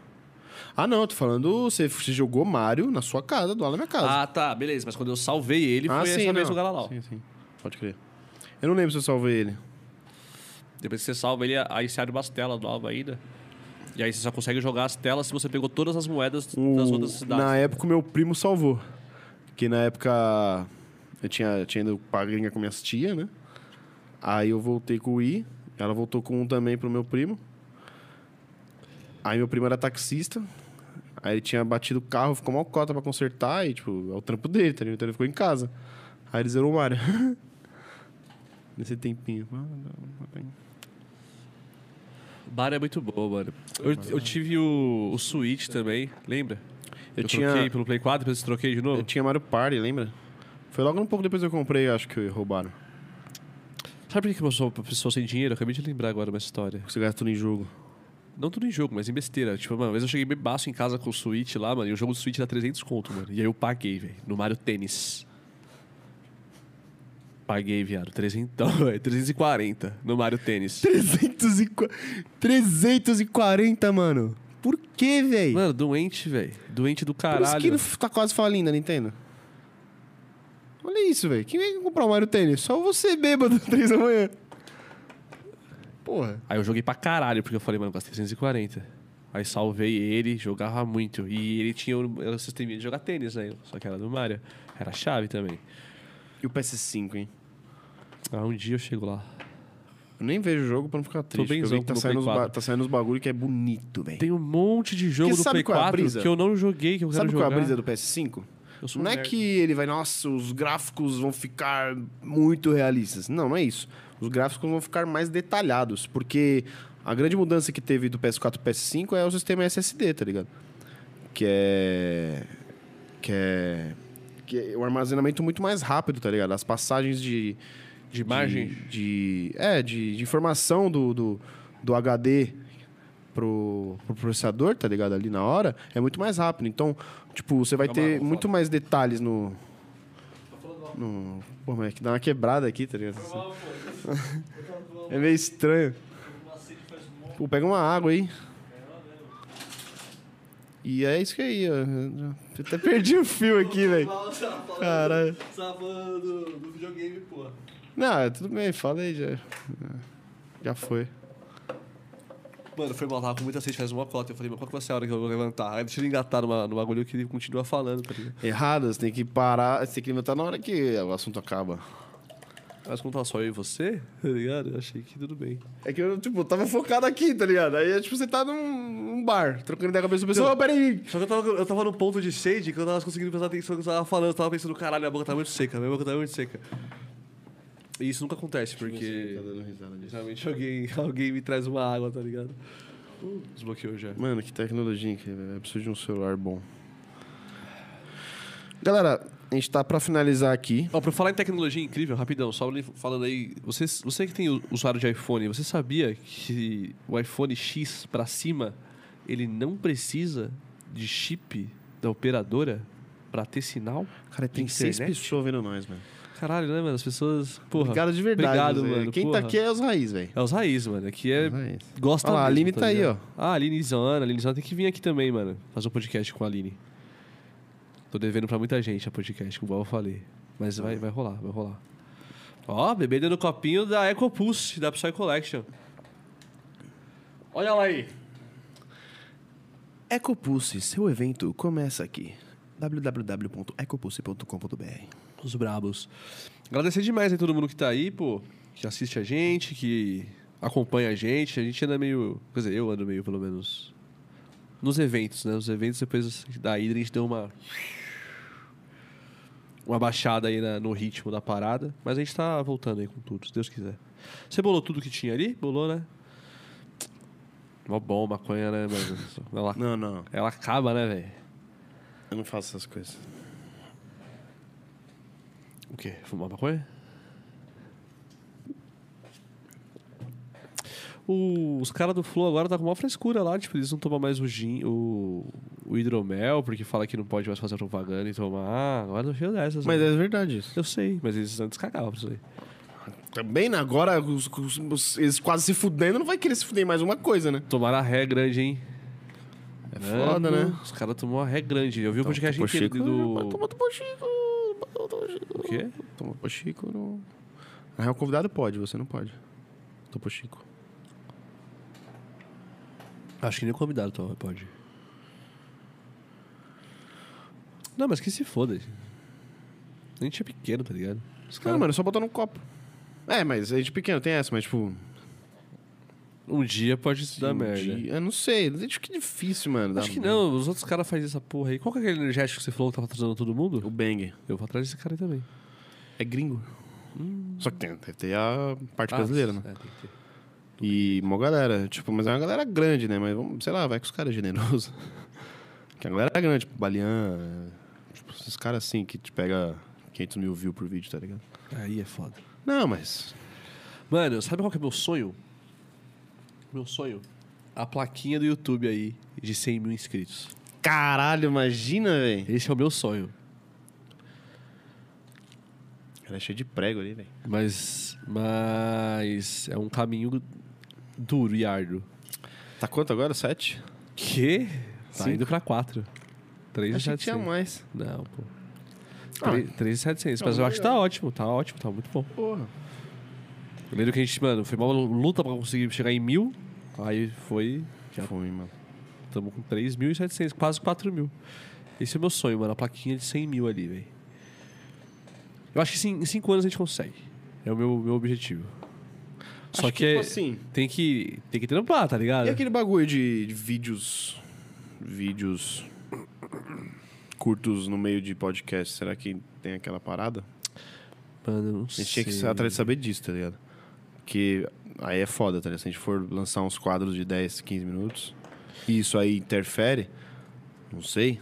B: Ah, não, eu tô falando, você, você jogou Mario na sua casa, do lado da minha casa.
A: Ah, tá. Beleza. Mas quando eu salvei ele, foi essa vez
B: não.
A: do Galalau.
B: Ah, Sim, sim. Pode crer. Eu não lembro se eu salvei ele.
A: Depois que você salva ele, aí você abre umas telas novas ainda. E aí você só consegue jogar as telas se você pegou todas as moedas das
B: O-
A: outras cidades.
B: Uh, Na época, o meu primo salvou. Que na época eu tinha, eu tinha ido pra gringa com minhas tias, né? Aí eu voltei com o I, ela voltou com um também pro meu primo. Aí meu primo era taxista. Aí ele tinha batido o carro, ficou mal cota pra consertar e, tipo, é o trampo dele, tá ligado? Então ele ficou em casa. Aí ele zerou o Mario. Nesse tempinho.
A: Bar é muito bom, mano. Eu, eu tive o, o Switch também, lembra?
B: Eu tinha- É.
A: troquei pelo Play 4, depois eu troquei de novo.
B: Eu tinha Mario Party, lembra? Foi logo um pouco depois que eu comprei, acho que roubaram.
A: Sabe por que que eu sou uma pessoa sem dinheiro? Eu acabei de lembrar agora uma história.
B: Porque você gasta tudo em jogo.
A: Não tudo em jogo, mas em besteira. Tipo, mano, uma vez eu cheguei bem baço em casa com o Switch lá, mano, e o jogo do Switch dá 300 conto, mano. E aí eu paguei, velho, no Mario Tênis. Paguei, viado, 300, velho, 340 no Mario Tênis.
B: 340, 340 mano. Por que, velho?
A: Mano, doente, velho. Doente do
B: Por isso que
A: caralho.
B: não tá quase falindo a Nintendo. Olha isso, velho. Quem vai comprar o Mario Tênis? Só você bêbado, 3 da manhã. Porra.
A: Aí eu joguei pra caralho, porque eu falei, mano, gastei 340. Aí salvei ele, jogava muito. E ele tinha um, era um sisteminha de jogar tênis, né? Só que era do Mario. Era chave também.
B: E o PS5, hein?
A: Aí um dia eu chego lá.
B: Eu nem vejo o jogo pra não ficar triste. porque eu
A: benzão
B: vi que tá
A: com o Play
B: saindo, os ba-
A: 4.
B: tá saindo uns bagulho que é bonito, velho.
A: Tem um monte de jogo
B: Porque
A: do Play
B: sabe qual é a
A: 4
B: brisa?
A: que eu não joguei, que eu quero
B: Sabe qual é
A: jogar.
B: a brisa do PS5?
A: Eu sou um
B: Não é
A: nerd.
B: que ele vai, nossa, os gráficos vão ficar muito realistas. Não, não é isso. Os gráficos vão ficar mais detalhados, porque a grande mudança que teve do PS4 para PS5 é o sistema SSD, tá ligado? Que é que é que é um armazenamento muito mais rápido, tá ligado? As passagens de
A: De imagem?
B: de, de- é, de, de informação do, do, do HD pro, pro processador, tá ligado? Ali na hora, é muito mais rápido. Então, tipo, você vai
A: Calma,
B: ter
A: vamos
B: muito mais detalhes no. no pô, mas é que dá uma quebrada aqui, tá ligado? é meio estranho. Pô, pega uma água aí. E é isso que aí, ó. Eu até perdi o fio aqui, velho. Caralho.
C: Você tava falando do, do videogame, pô.
B: Não, é tudo bem, falei já. Já foi.
A: Mano, foi mal, tava com muita sede, faz uma cota. Eu falei, mas qual que vai ser a hora que eu vou levantar? Aí deixa ele engatar numa, no bagulho que ele continua falando, tá ligado?
B: Errado, você tem que parar, você tem que levantar na hora que o assunto acaba.
A: Mas como tava só eu e você, tá ligado? Eu achei que tudo bem.
B: É que eu, tipo, tava focado aqui, tá ligado? Aí, tipo, você tá num, num bar, trocando ideia com a pessoa, a pessoa, oh, peraí.
A: Só que eu tava, eu tava num ponto de sede que eu não tava conseguindo prestar atenção no que eu tava falando. Eu tava pensando, caralho, minha boca tá muito seca, minha boca tá muito seca. E isso nunca acontece,
B: Tipo assim,
A: porque geralmente alguém, alguém me traz uma água, tá ligado? Uh, desbloqueou já.
B: Mano, que tecnologia incrível, velho. Eu preciso de um celular bom. Galera, a gente tá pra finalizar aqui.
A: Ó, pra falar em tecnologia incrível, rapidão, só ali falando aí, você, você que tem o- usuário de iPhone, você sabia que o iPhone X pra cima ele não precisa de chip da operadora pra ter sinal?
B: Cara, tem
A: De
B: seis
A: internet?
B: pessoas vendo nós, mano.
A: Caralho, né, mano? As pessoas. Porra.
B: obrigado de verdade.
A: Obrigado,
B: Zé.
A: mano.
B: Quem tá
A: porra.
B: aqui é os raiz, velho.
A: É os raiz, mano. Aqui
B: É
A: é.
B: os raiz.
A: Gosta
B: Olha lá, a
A: mesmo,
B: Aline tá aí,
A: ligado? Ah, a Aline Zana, a Aline Zana tem que vir aqui também, mano. Fazer um podcast com a Aline. Tô devendo pra muita gente a podcast, como eu falei. Mas vai, vai rolar, vai rolar. Ó, bebê dando copinho da Eco Pulse, da Psy Collection. Olha lá aí.
B: Ecopulse, seu evento começa aqui. www.ecopulse.com.br
A: Os brabos. Agradecer demais aí todo mundo que tá aí, pô. Que assiste a gente, que acompanha a gente. A gente anda meio. Quer dizer, eu ando meio, pelo menos. Nos eventos, né? Nos eventos, depois da Hydra, a gente deu uma. Uma baixada aí na- no ritmo da parada. Mas a gente tá voltando aí com tudo, se Deus quiser. Você bolou tudo que tinha ali? Bolou, né? Mó bom, maconha, né? Mas ela,
B: Não, não.
A: ela acaba, né, velho?
B: Eu não faço essas coisas.
A: O quê? Fumar maconha? O- os caras do Flow agora tá com uma frescura lá, tipo, eles não tomam mais o gin, o, o hidromel, porque fala que não pode mais fazer propaganda e tomar. Ah, Agora eu tô cheio dessas.
B: Mas
A: né?
B: é verdade isso.
A: Eu sei, mas eles antes cagavam pra isso aí.
B: Também, né? Agora, os- os- os- eles quase se fudendo, não vai querer se fuder em mais uma coisa, né?
A: Tomaram a ré grande, hein?
B: É foda, né? Então, tipo,
A: Os caras tomaram a ré grande. Eu vi o podcast
B: Topo
A: inteiro do.
B: Toma do Pochico.
A: O quê?
B: Toma Pochico não. Na real, o convidado pode, você não pode. Topo Chico.
A: Acho que nem o convidado toma, pode. Não, mas que se foda. gente. A gente é pequeno, tá ligado? Os
B: Cara, mano, é só botar num copo. É, mas a gente pequeno tem essa, mas tipo.
A: Um dia pode se dar
B: um
A: merda.
B: dia- Eu não sei, acho que é difícil, mano.
A: Acho
B: dar-
A: que não, os outros caras fazem essa porra aí. Qual que é aquele energético que você falou que tá patrocinando todo
B: O
A: mundo?
B: Bang.
A: Eu vou atrás desse cara aí também.
B: É gringo.
A: Hum.
B: Só que tem, deve ter a parte brasileira, né?
A: É, tem que ter.
B: E uma galera, tipo, mas é uma galera grande, né? Mas vamos, sei lá, vai com os caras generosos. que a galera é grande, tipo, Balian, é, tipo, esses caras assim que te pega 500 mil views por vídeo, tá ligado?
A: Aí é foda.
B: Não, mas.
A: Mano, sabe qual que é meu sonho? Meu sonho? A plaquinha do YouTube aí de 100 mil inscritos.
B: Caralho, imagina, velho.
A: Esse é o meu sonho.
B: Era cheio é de prego ali, velho.
A: Mas. Mas. É um caminho duro e árduo.
B: Tá quanto agora? Sete?
A: Que? Tá
B: Cinco.
A: indo pra 4.
B: Eu
A: 3
B: Achei que tinha mais.
A: Não, pô.
B: Ah.
A: 3,700.
B: Não,
A: Mas eu acho que tá
B: legal.
A: ótimo, tá ótimo, tá muito bom.
B: Porra.
A: Eu lembro que a gente, mano, foi uma luta pra conseguir chegar em mil. Aí foi.
B: Já fome, mano.
A: Tamo com 3.700, quase 4 mil. Esse é o meu sonho, mano. A plaquinha de 100 mil ali, velho. Eu acho que sim, em 5 anos a gente consegue. É o meu, meu objetivo. Só
B: Acho
A: que, é
B: que, tipo assim-
A: tem que tem que trampar, tá ligado?
B: E aquele bagulho de, de vídeos. Vídeos. Curtos no meio de podcast, será que tem aquela parada?
A: Mano, eu não
B: A gente tinha que
A: sei.
B: ser atrás de saber disso, tá ligado? Porque aí é foda, tá ligado? Se a gente for lançar uns quadros de 10, 15 minutos, e isso aí interfere, não sei.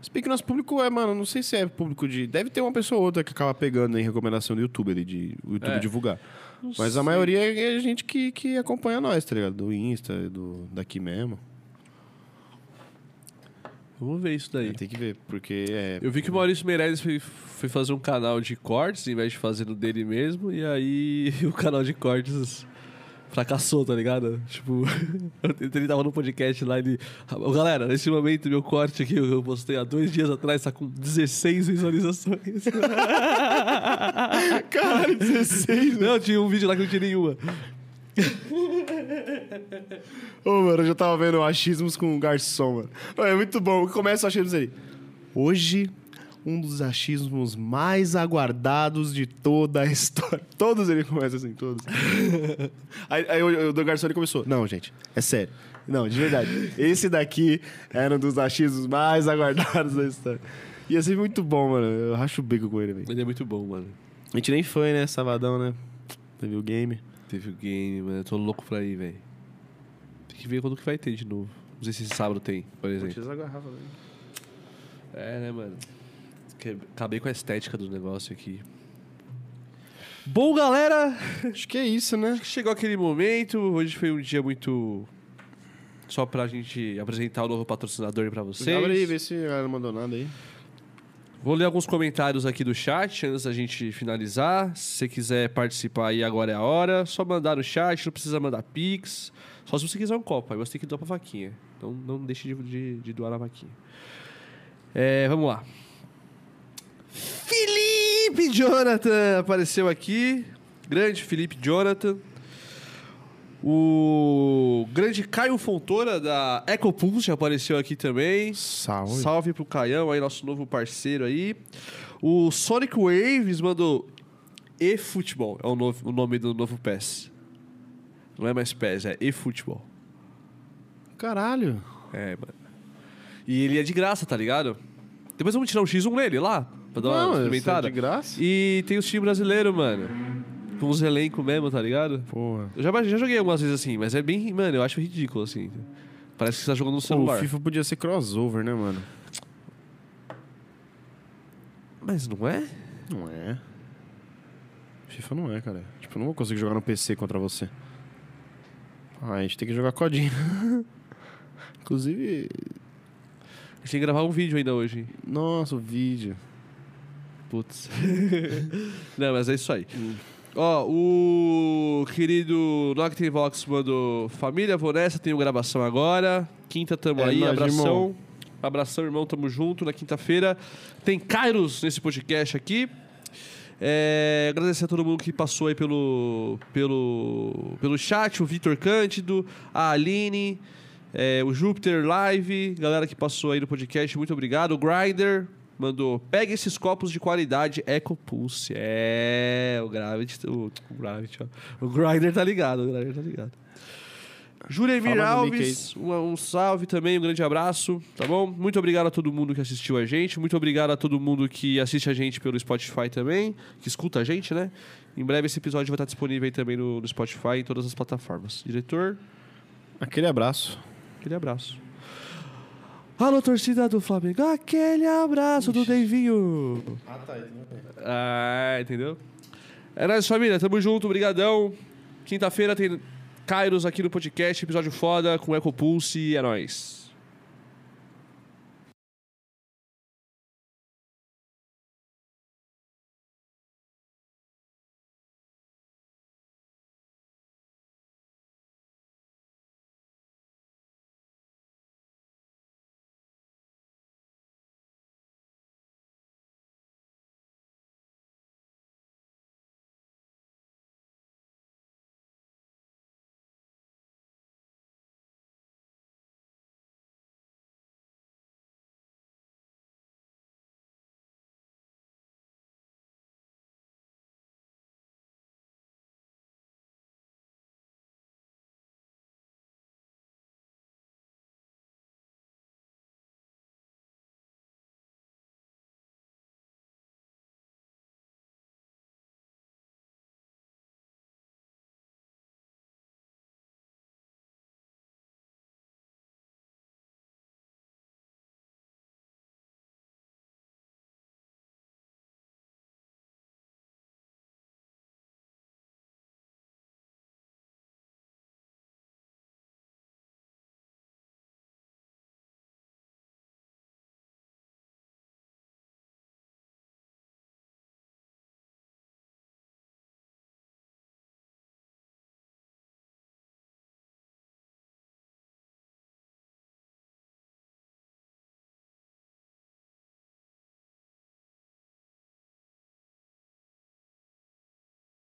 B: Se bem que nosso público é, mano, não sei se é público de. Deve ter uma pessoa ou outra que acaba pegando em recomendação do YouTube ali, de o YouTube
A: É.
B: divulgar.
A: Não
B: Mas
A: sei.
B: a maioria é gente que, que acompanha nós, tá ligado? Do Insta, do, daqui mesmo.
A: Vamos ver isso daí.
B: Tem que ver, porque é.
A: Eu vi que o Maurício Meirelles foi, foi fazer um canal de cortes em vez de fazer no dele mesmo, e aí o canal de cortes fracassou, tá ligado? Tipo, ele tava no podcast lá e ele. "Ô, Galera, nesse momento meu corte aqui eu postei há dois dias atrás, tá com 16 visualizações.
B: Caralho, 16,
A: Não, tinha um vídeo lá que não tinha nenhuma.
B: Ô, mano, eu já tava vendo achismos com o garçom, mano. Ô, É muito bom. Começa o achismos aí. Hoje, um dos achismos mais aguardados de toda a história. Todos ele começa assim, todos. aí aí o, o do garçom ele começou. Não, gente, é sério. Não, de verdade. Esse daqui era um dos achismos mais aguardados da história. Ia ser muito bom, mano. Eu racho o bico com ele, velho.
A: Ele é muito bom, mano.
B: A gente nem foi, né? Sabadão, né? Teve o game.
A: Teve o game, mano. Eu tô louco pra ir, velho. Tem que ver quando que vai ter de novo. Não sei se esse sábado tem, por exemplo.
B: a garrafa, velho.
A: É, né, mano? Que- Acabei com a estética do negócio aqui. Bom, galera,
B: Acho que é isso, né?
A: chegou aquele momento. Hoje foi um dia muito Só pra gente apresentar o novo patrocinador pra vocês.
B: Abre aí, vê se a galera mandou nada aí.
A: Vou ler alguns comentários aqui do chat antes da gente finalizar. Se você quiser participar aí, agora é a hora. Só mandar no chat, não precisa mandar pix. Só se você quiser um copo, aí você tem que doar pra vaquinha. Então não deixe de, de- de doar na vaquinha. É, vamos lá. Felipe Jonathan apareceu aqui. Grande Felipe Jonathan. O grande Caio Fontoura da EcoPulse apareceu aqui também.
B: Salve.
A: Salve pro Caião aí, nosso novo parceiro aí. O Sonic Waves mandou eFootball, é o, novo- o nome do novo PES. Não é mais PES, é eFootball.
B: Caralho.
A: É, mano. E ele é de graça, tá ligado? Depois vamos tirar um X1 nele lá, pra dar
B: Não,
A: uma
B: essa é
A: experimentada.
B: de graça.
A: E tem os times brasileiros, mano. Com os elencos mesmo, tá ligado?
B: Porra.
A: Eu já, já joguei algumas vezes assim, mas é bem. Mano, eu acho ridículo assim. Parece que você tá jogando no
B: Pô, o
A: celular.
B: FIFA podia ser crossover, né, mano?
A: Mas não é?
B: Não é. FIFA não é, cara. Tipo, eu não vou conseguir jogar no PC contra você. Ah, a gente tem que jogar codinha. Inclusive,
A: A gente tem que gravar um vídeo ainda hoje. hein?
B: nossa, o vídeo.
A: Putz. Não, mas é isso aí.
B: Hum.
A: Ó, o querido Noctivox mandou Família, vou nessa, tenho gravação agora. Quinta tamo
B: É
A: aí,
B: nóis,
A: abração.
B: irmão.
A: Abração, irmão, tamo junto. Na quinta-feira tem Kairos nesse podcast aqui. É, agradecer a todo mundo que passou aí pelo, pelo, pelo chat, o Vitor Cândido, a Aline, é, o Júpiter Live, galera que passou aí no podcast, muito obrigado. O Grinder mandou, pega esses copos de qualidade Eco Pulse. É, o Gravity, o, o Gravity, ó. O Grinder tá ligado, o Grinder tá ligado. Juremir
B: Fala no mic aí.
A: Alves, um, um salve também, um grande abraço, tá bom? Muito obrigado a todo mundo que assistiu a gente, muito obrigado a todo mundo que assiste a gente pelo Spotify também, que escuta a gente, né? Em breve esse episódio vai estar disponível aí também no, no Spotify e em todas as plataformas. Diretor,
B: Aquele abraço.
A: aquele abraço. Alô, torcida do Flamengo, aquele abraço do Deivinho.
B: Ah, tá.
A: Ah, entendeu? É nóis, família. Tamo junto, brigadão. Quinta-feira tem Kairos aqui no podcast, episódio foda com Ecopulse. É nóis.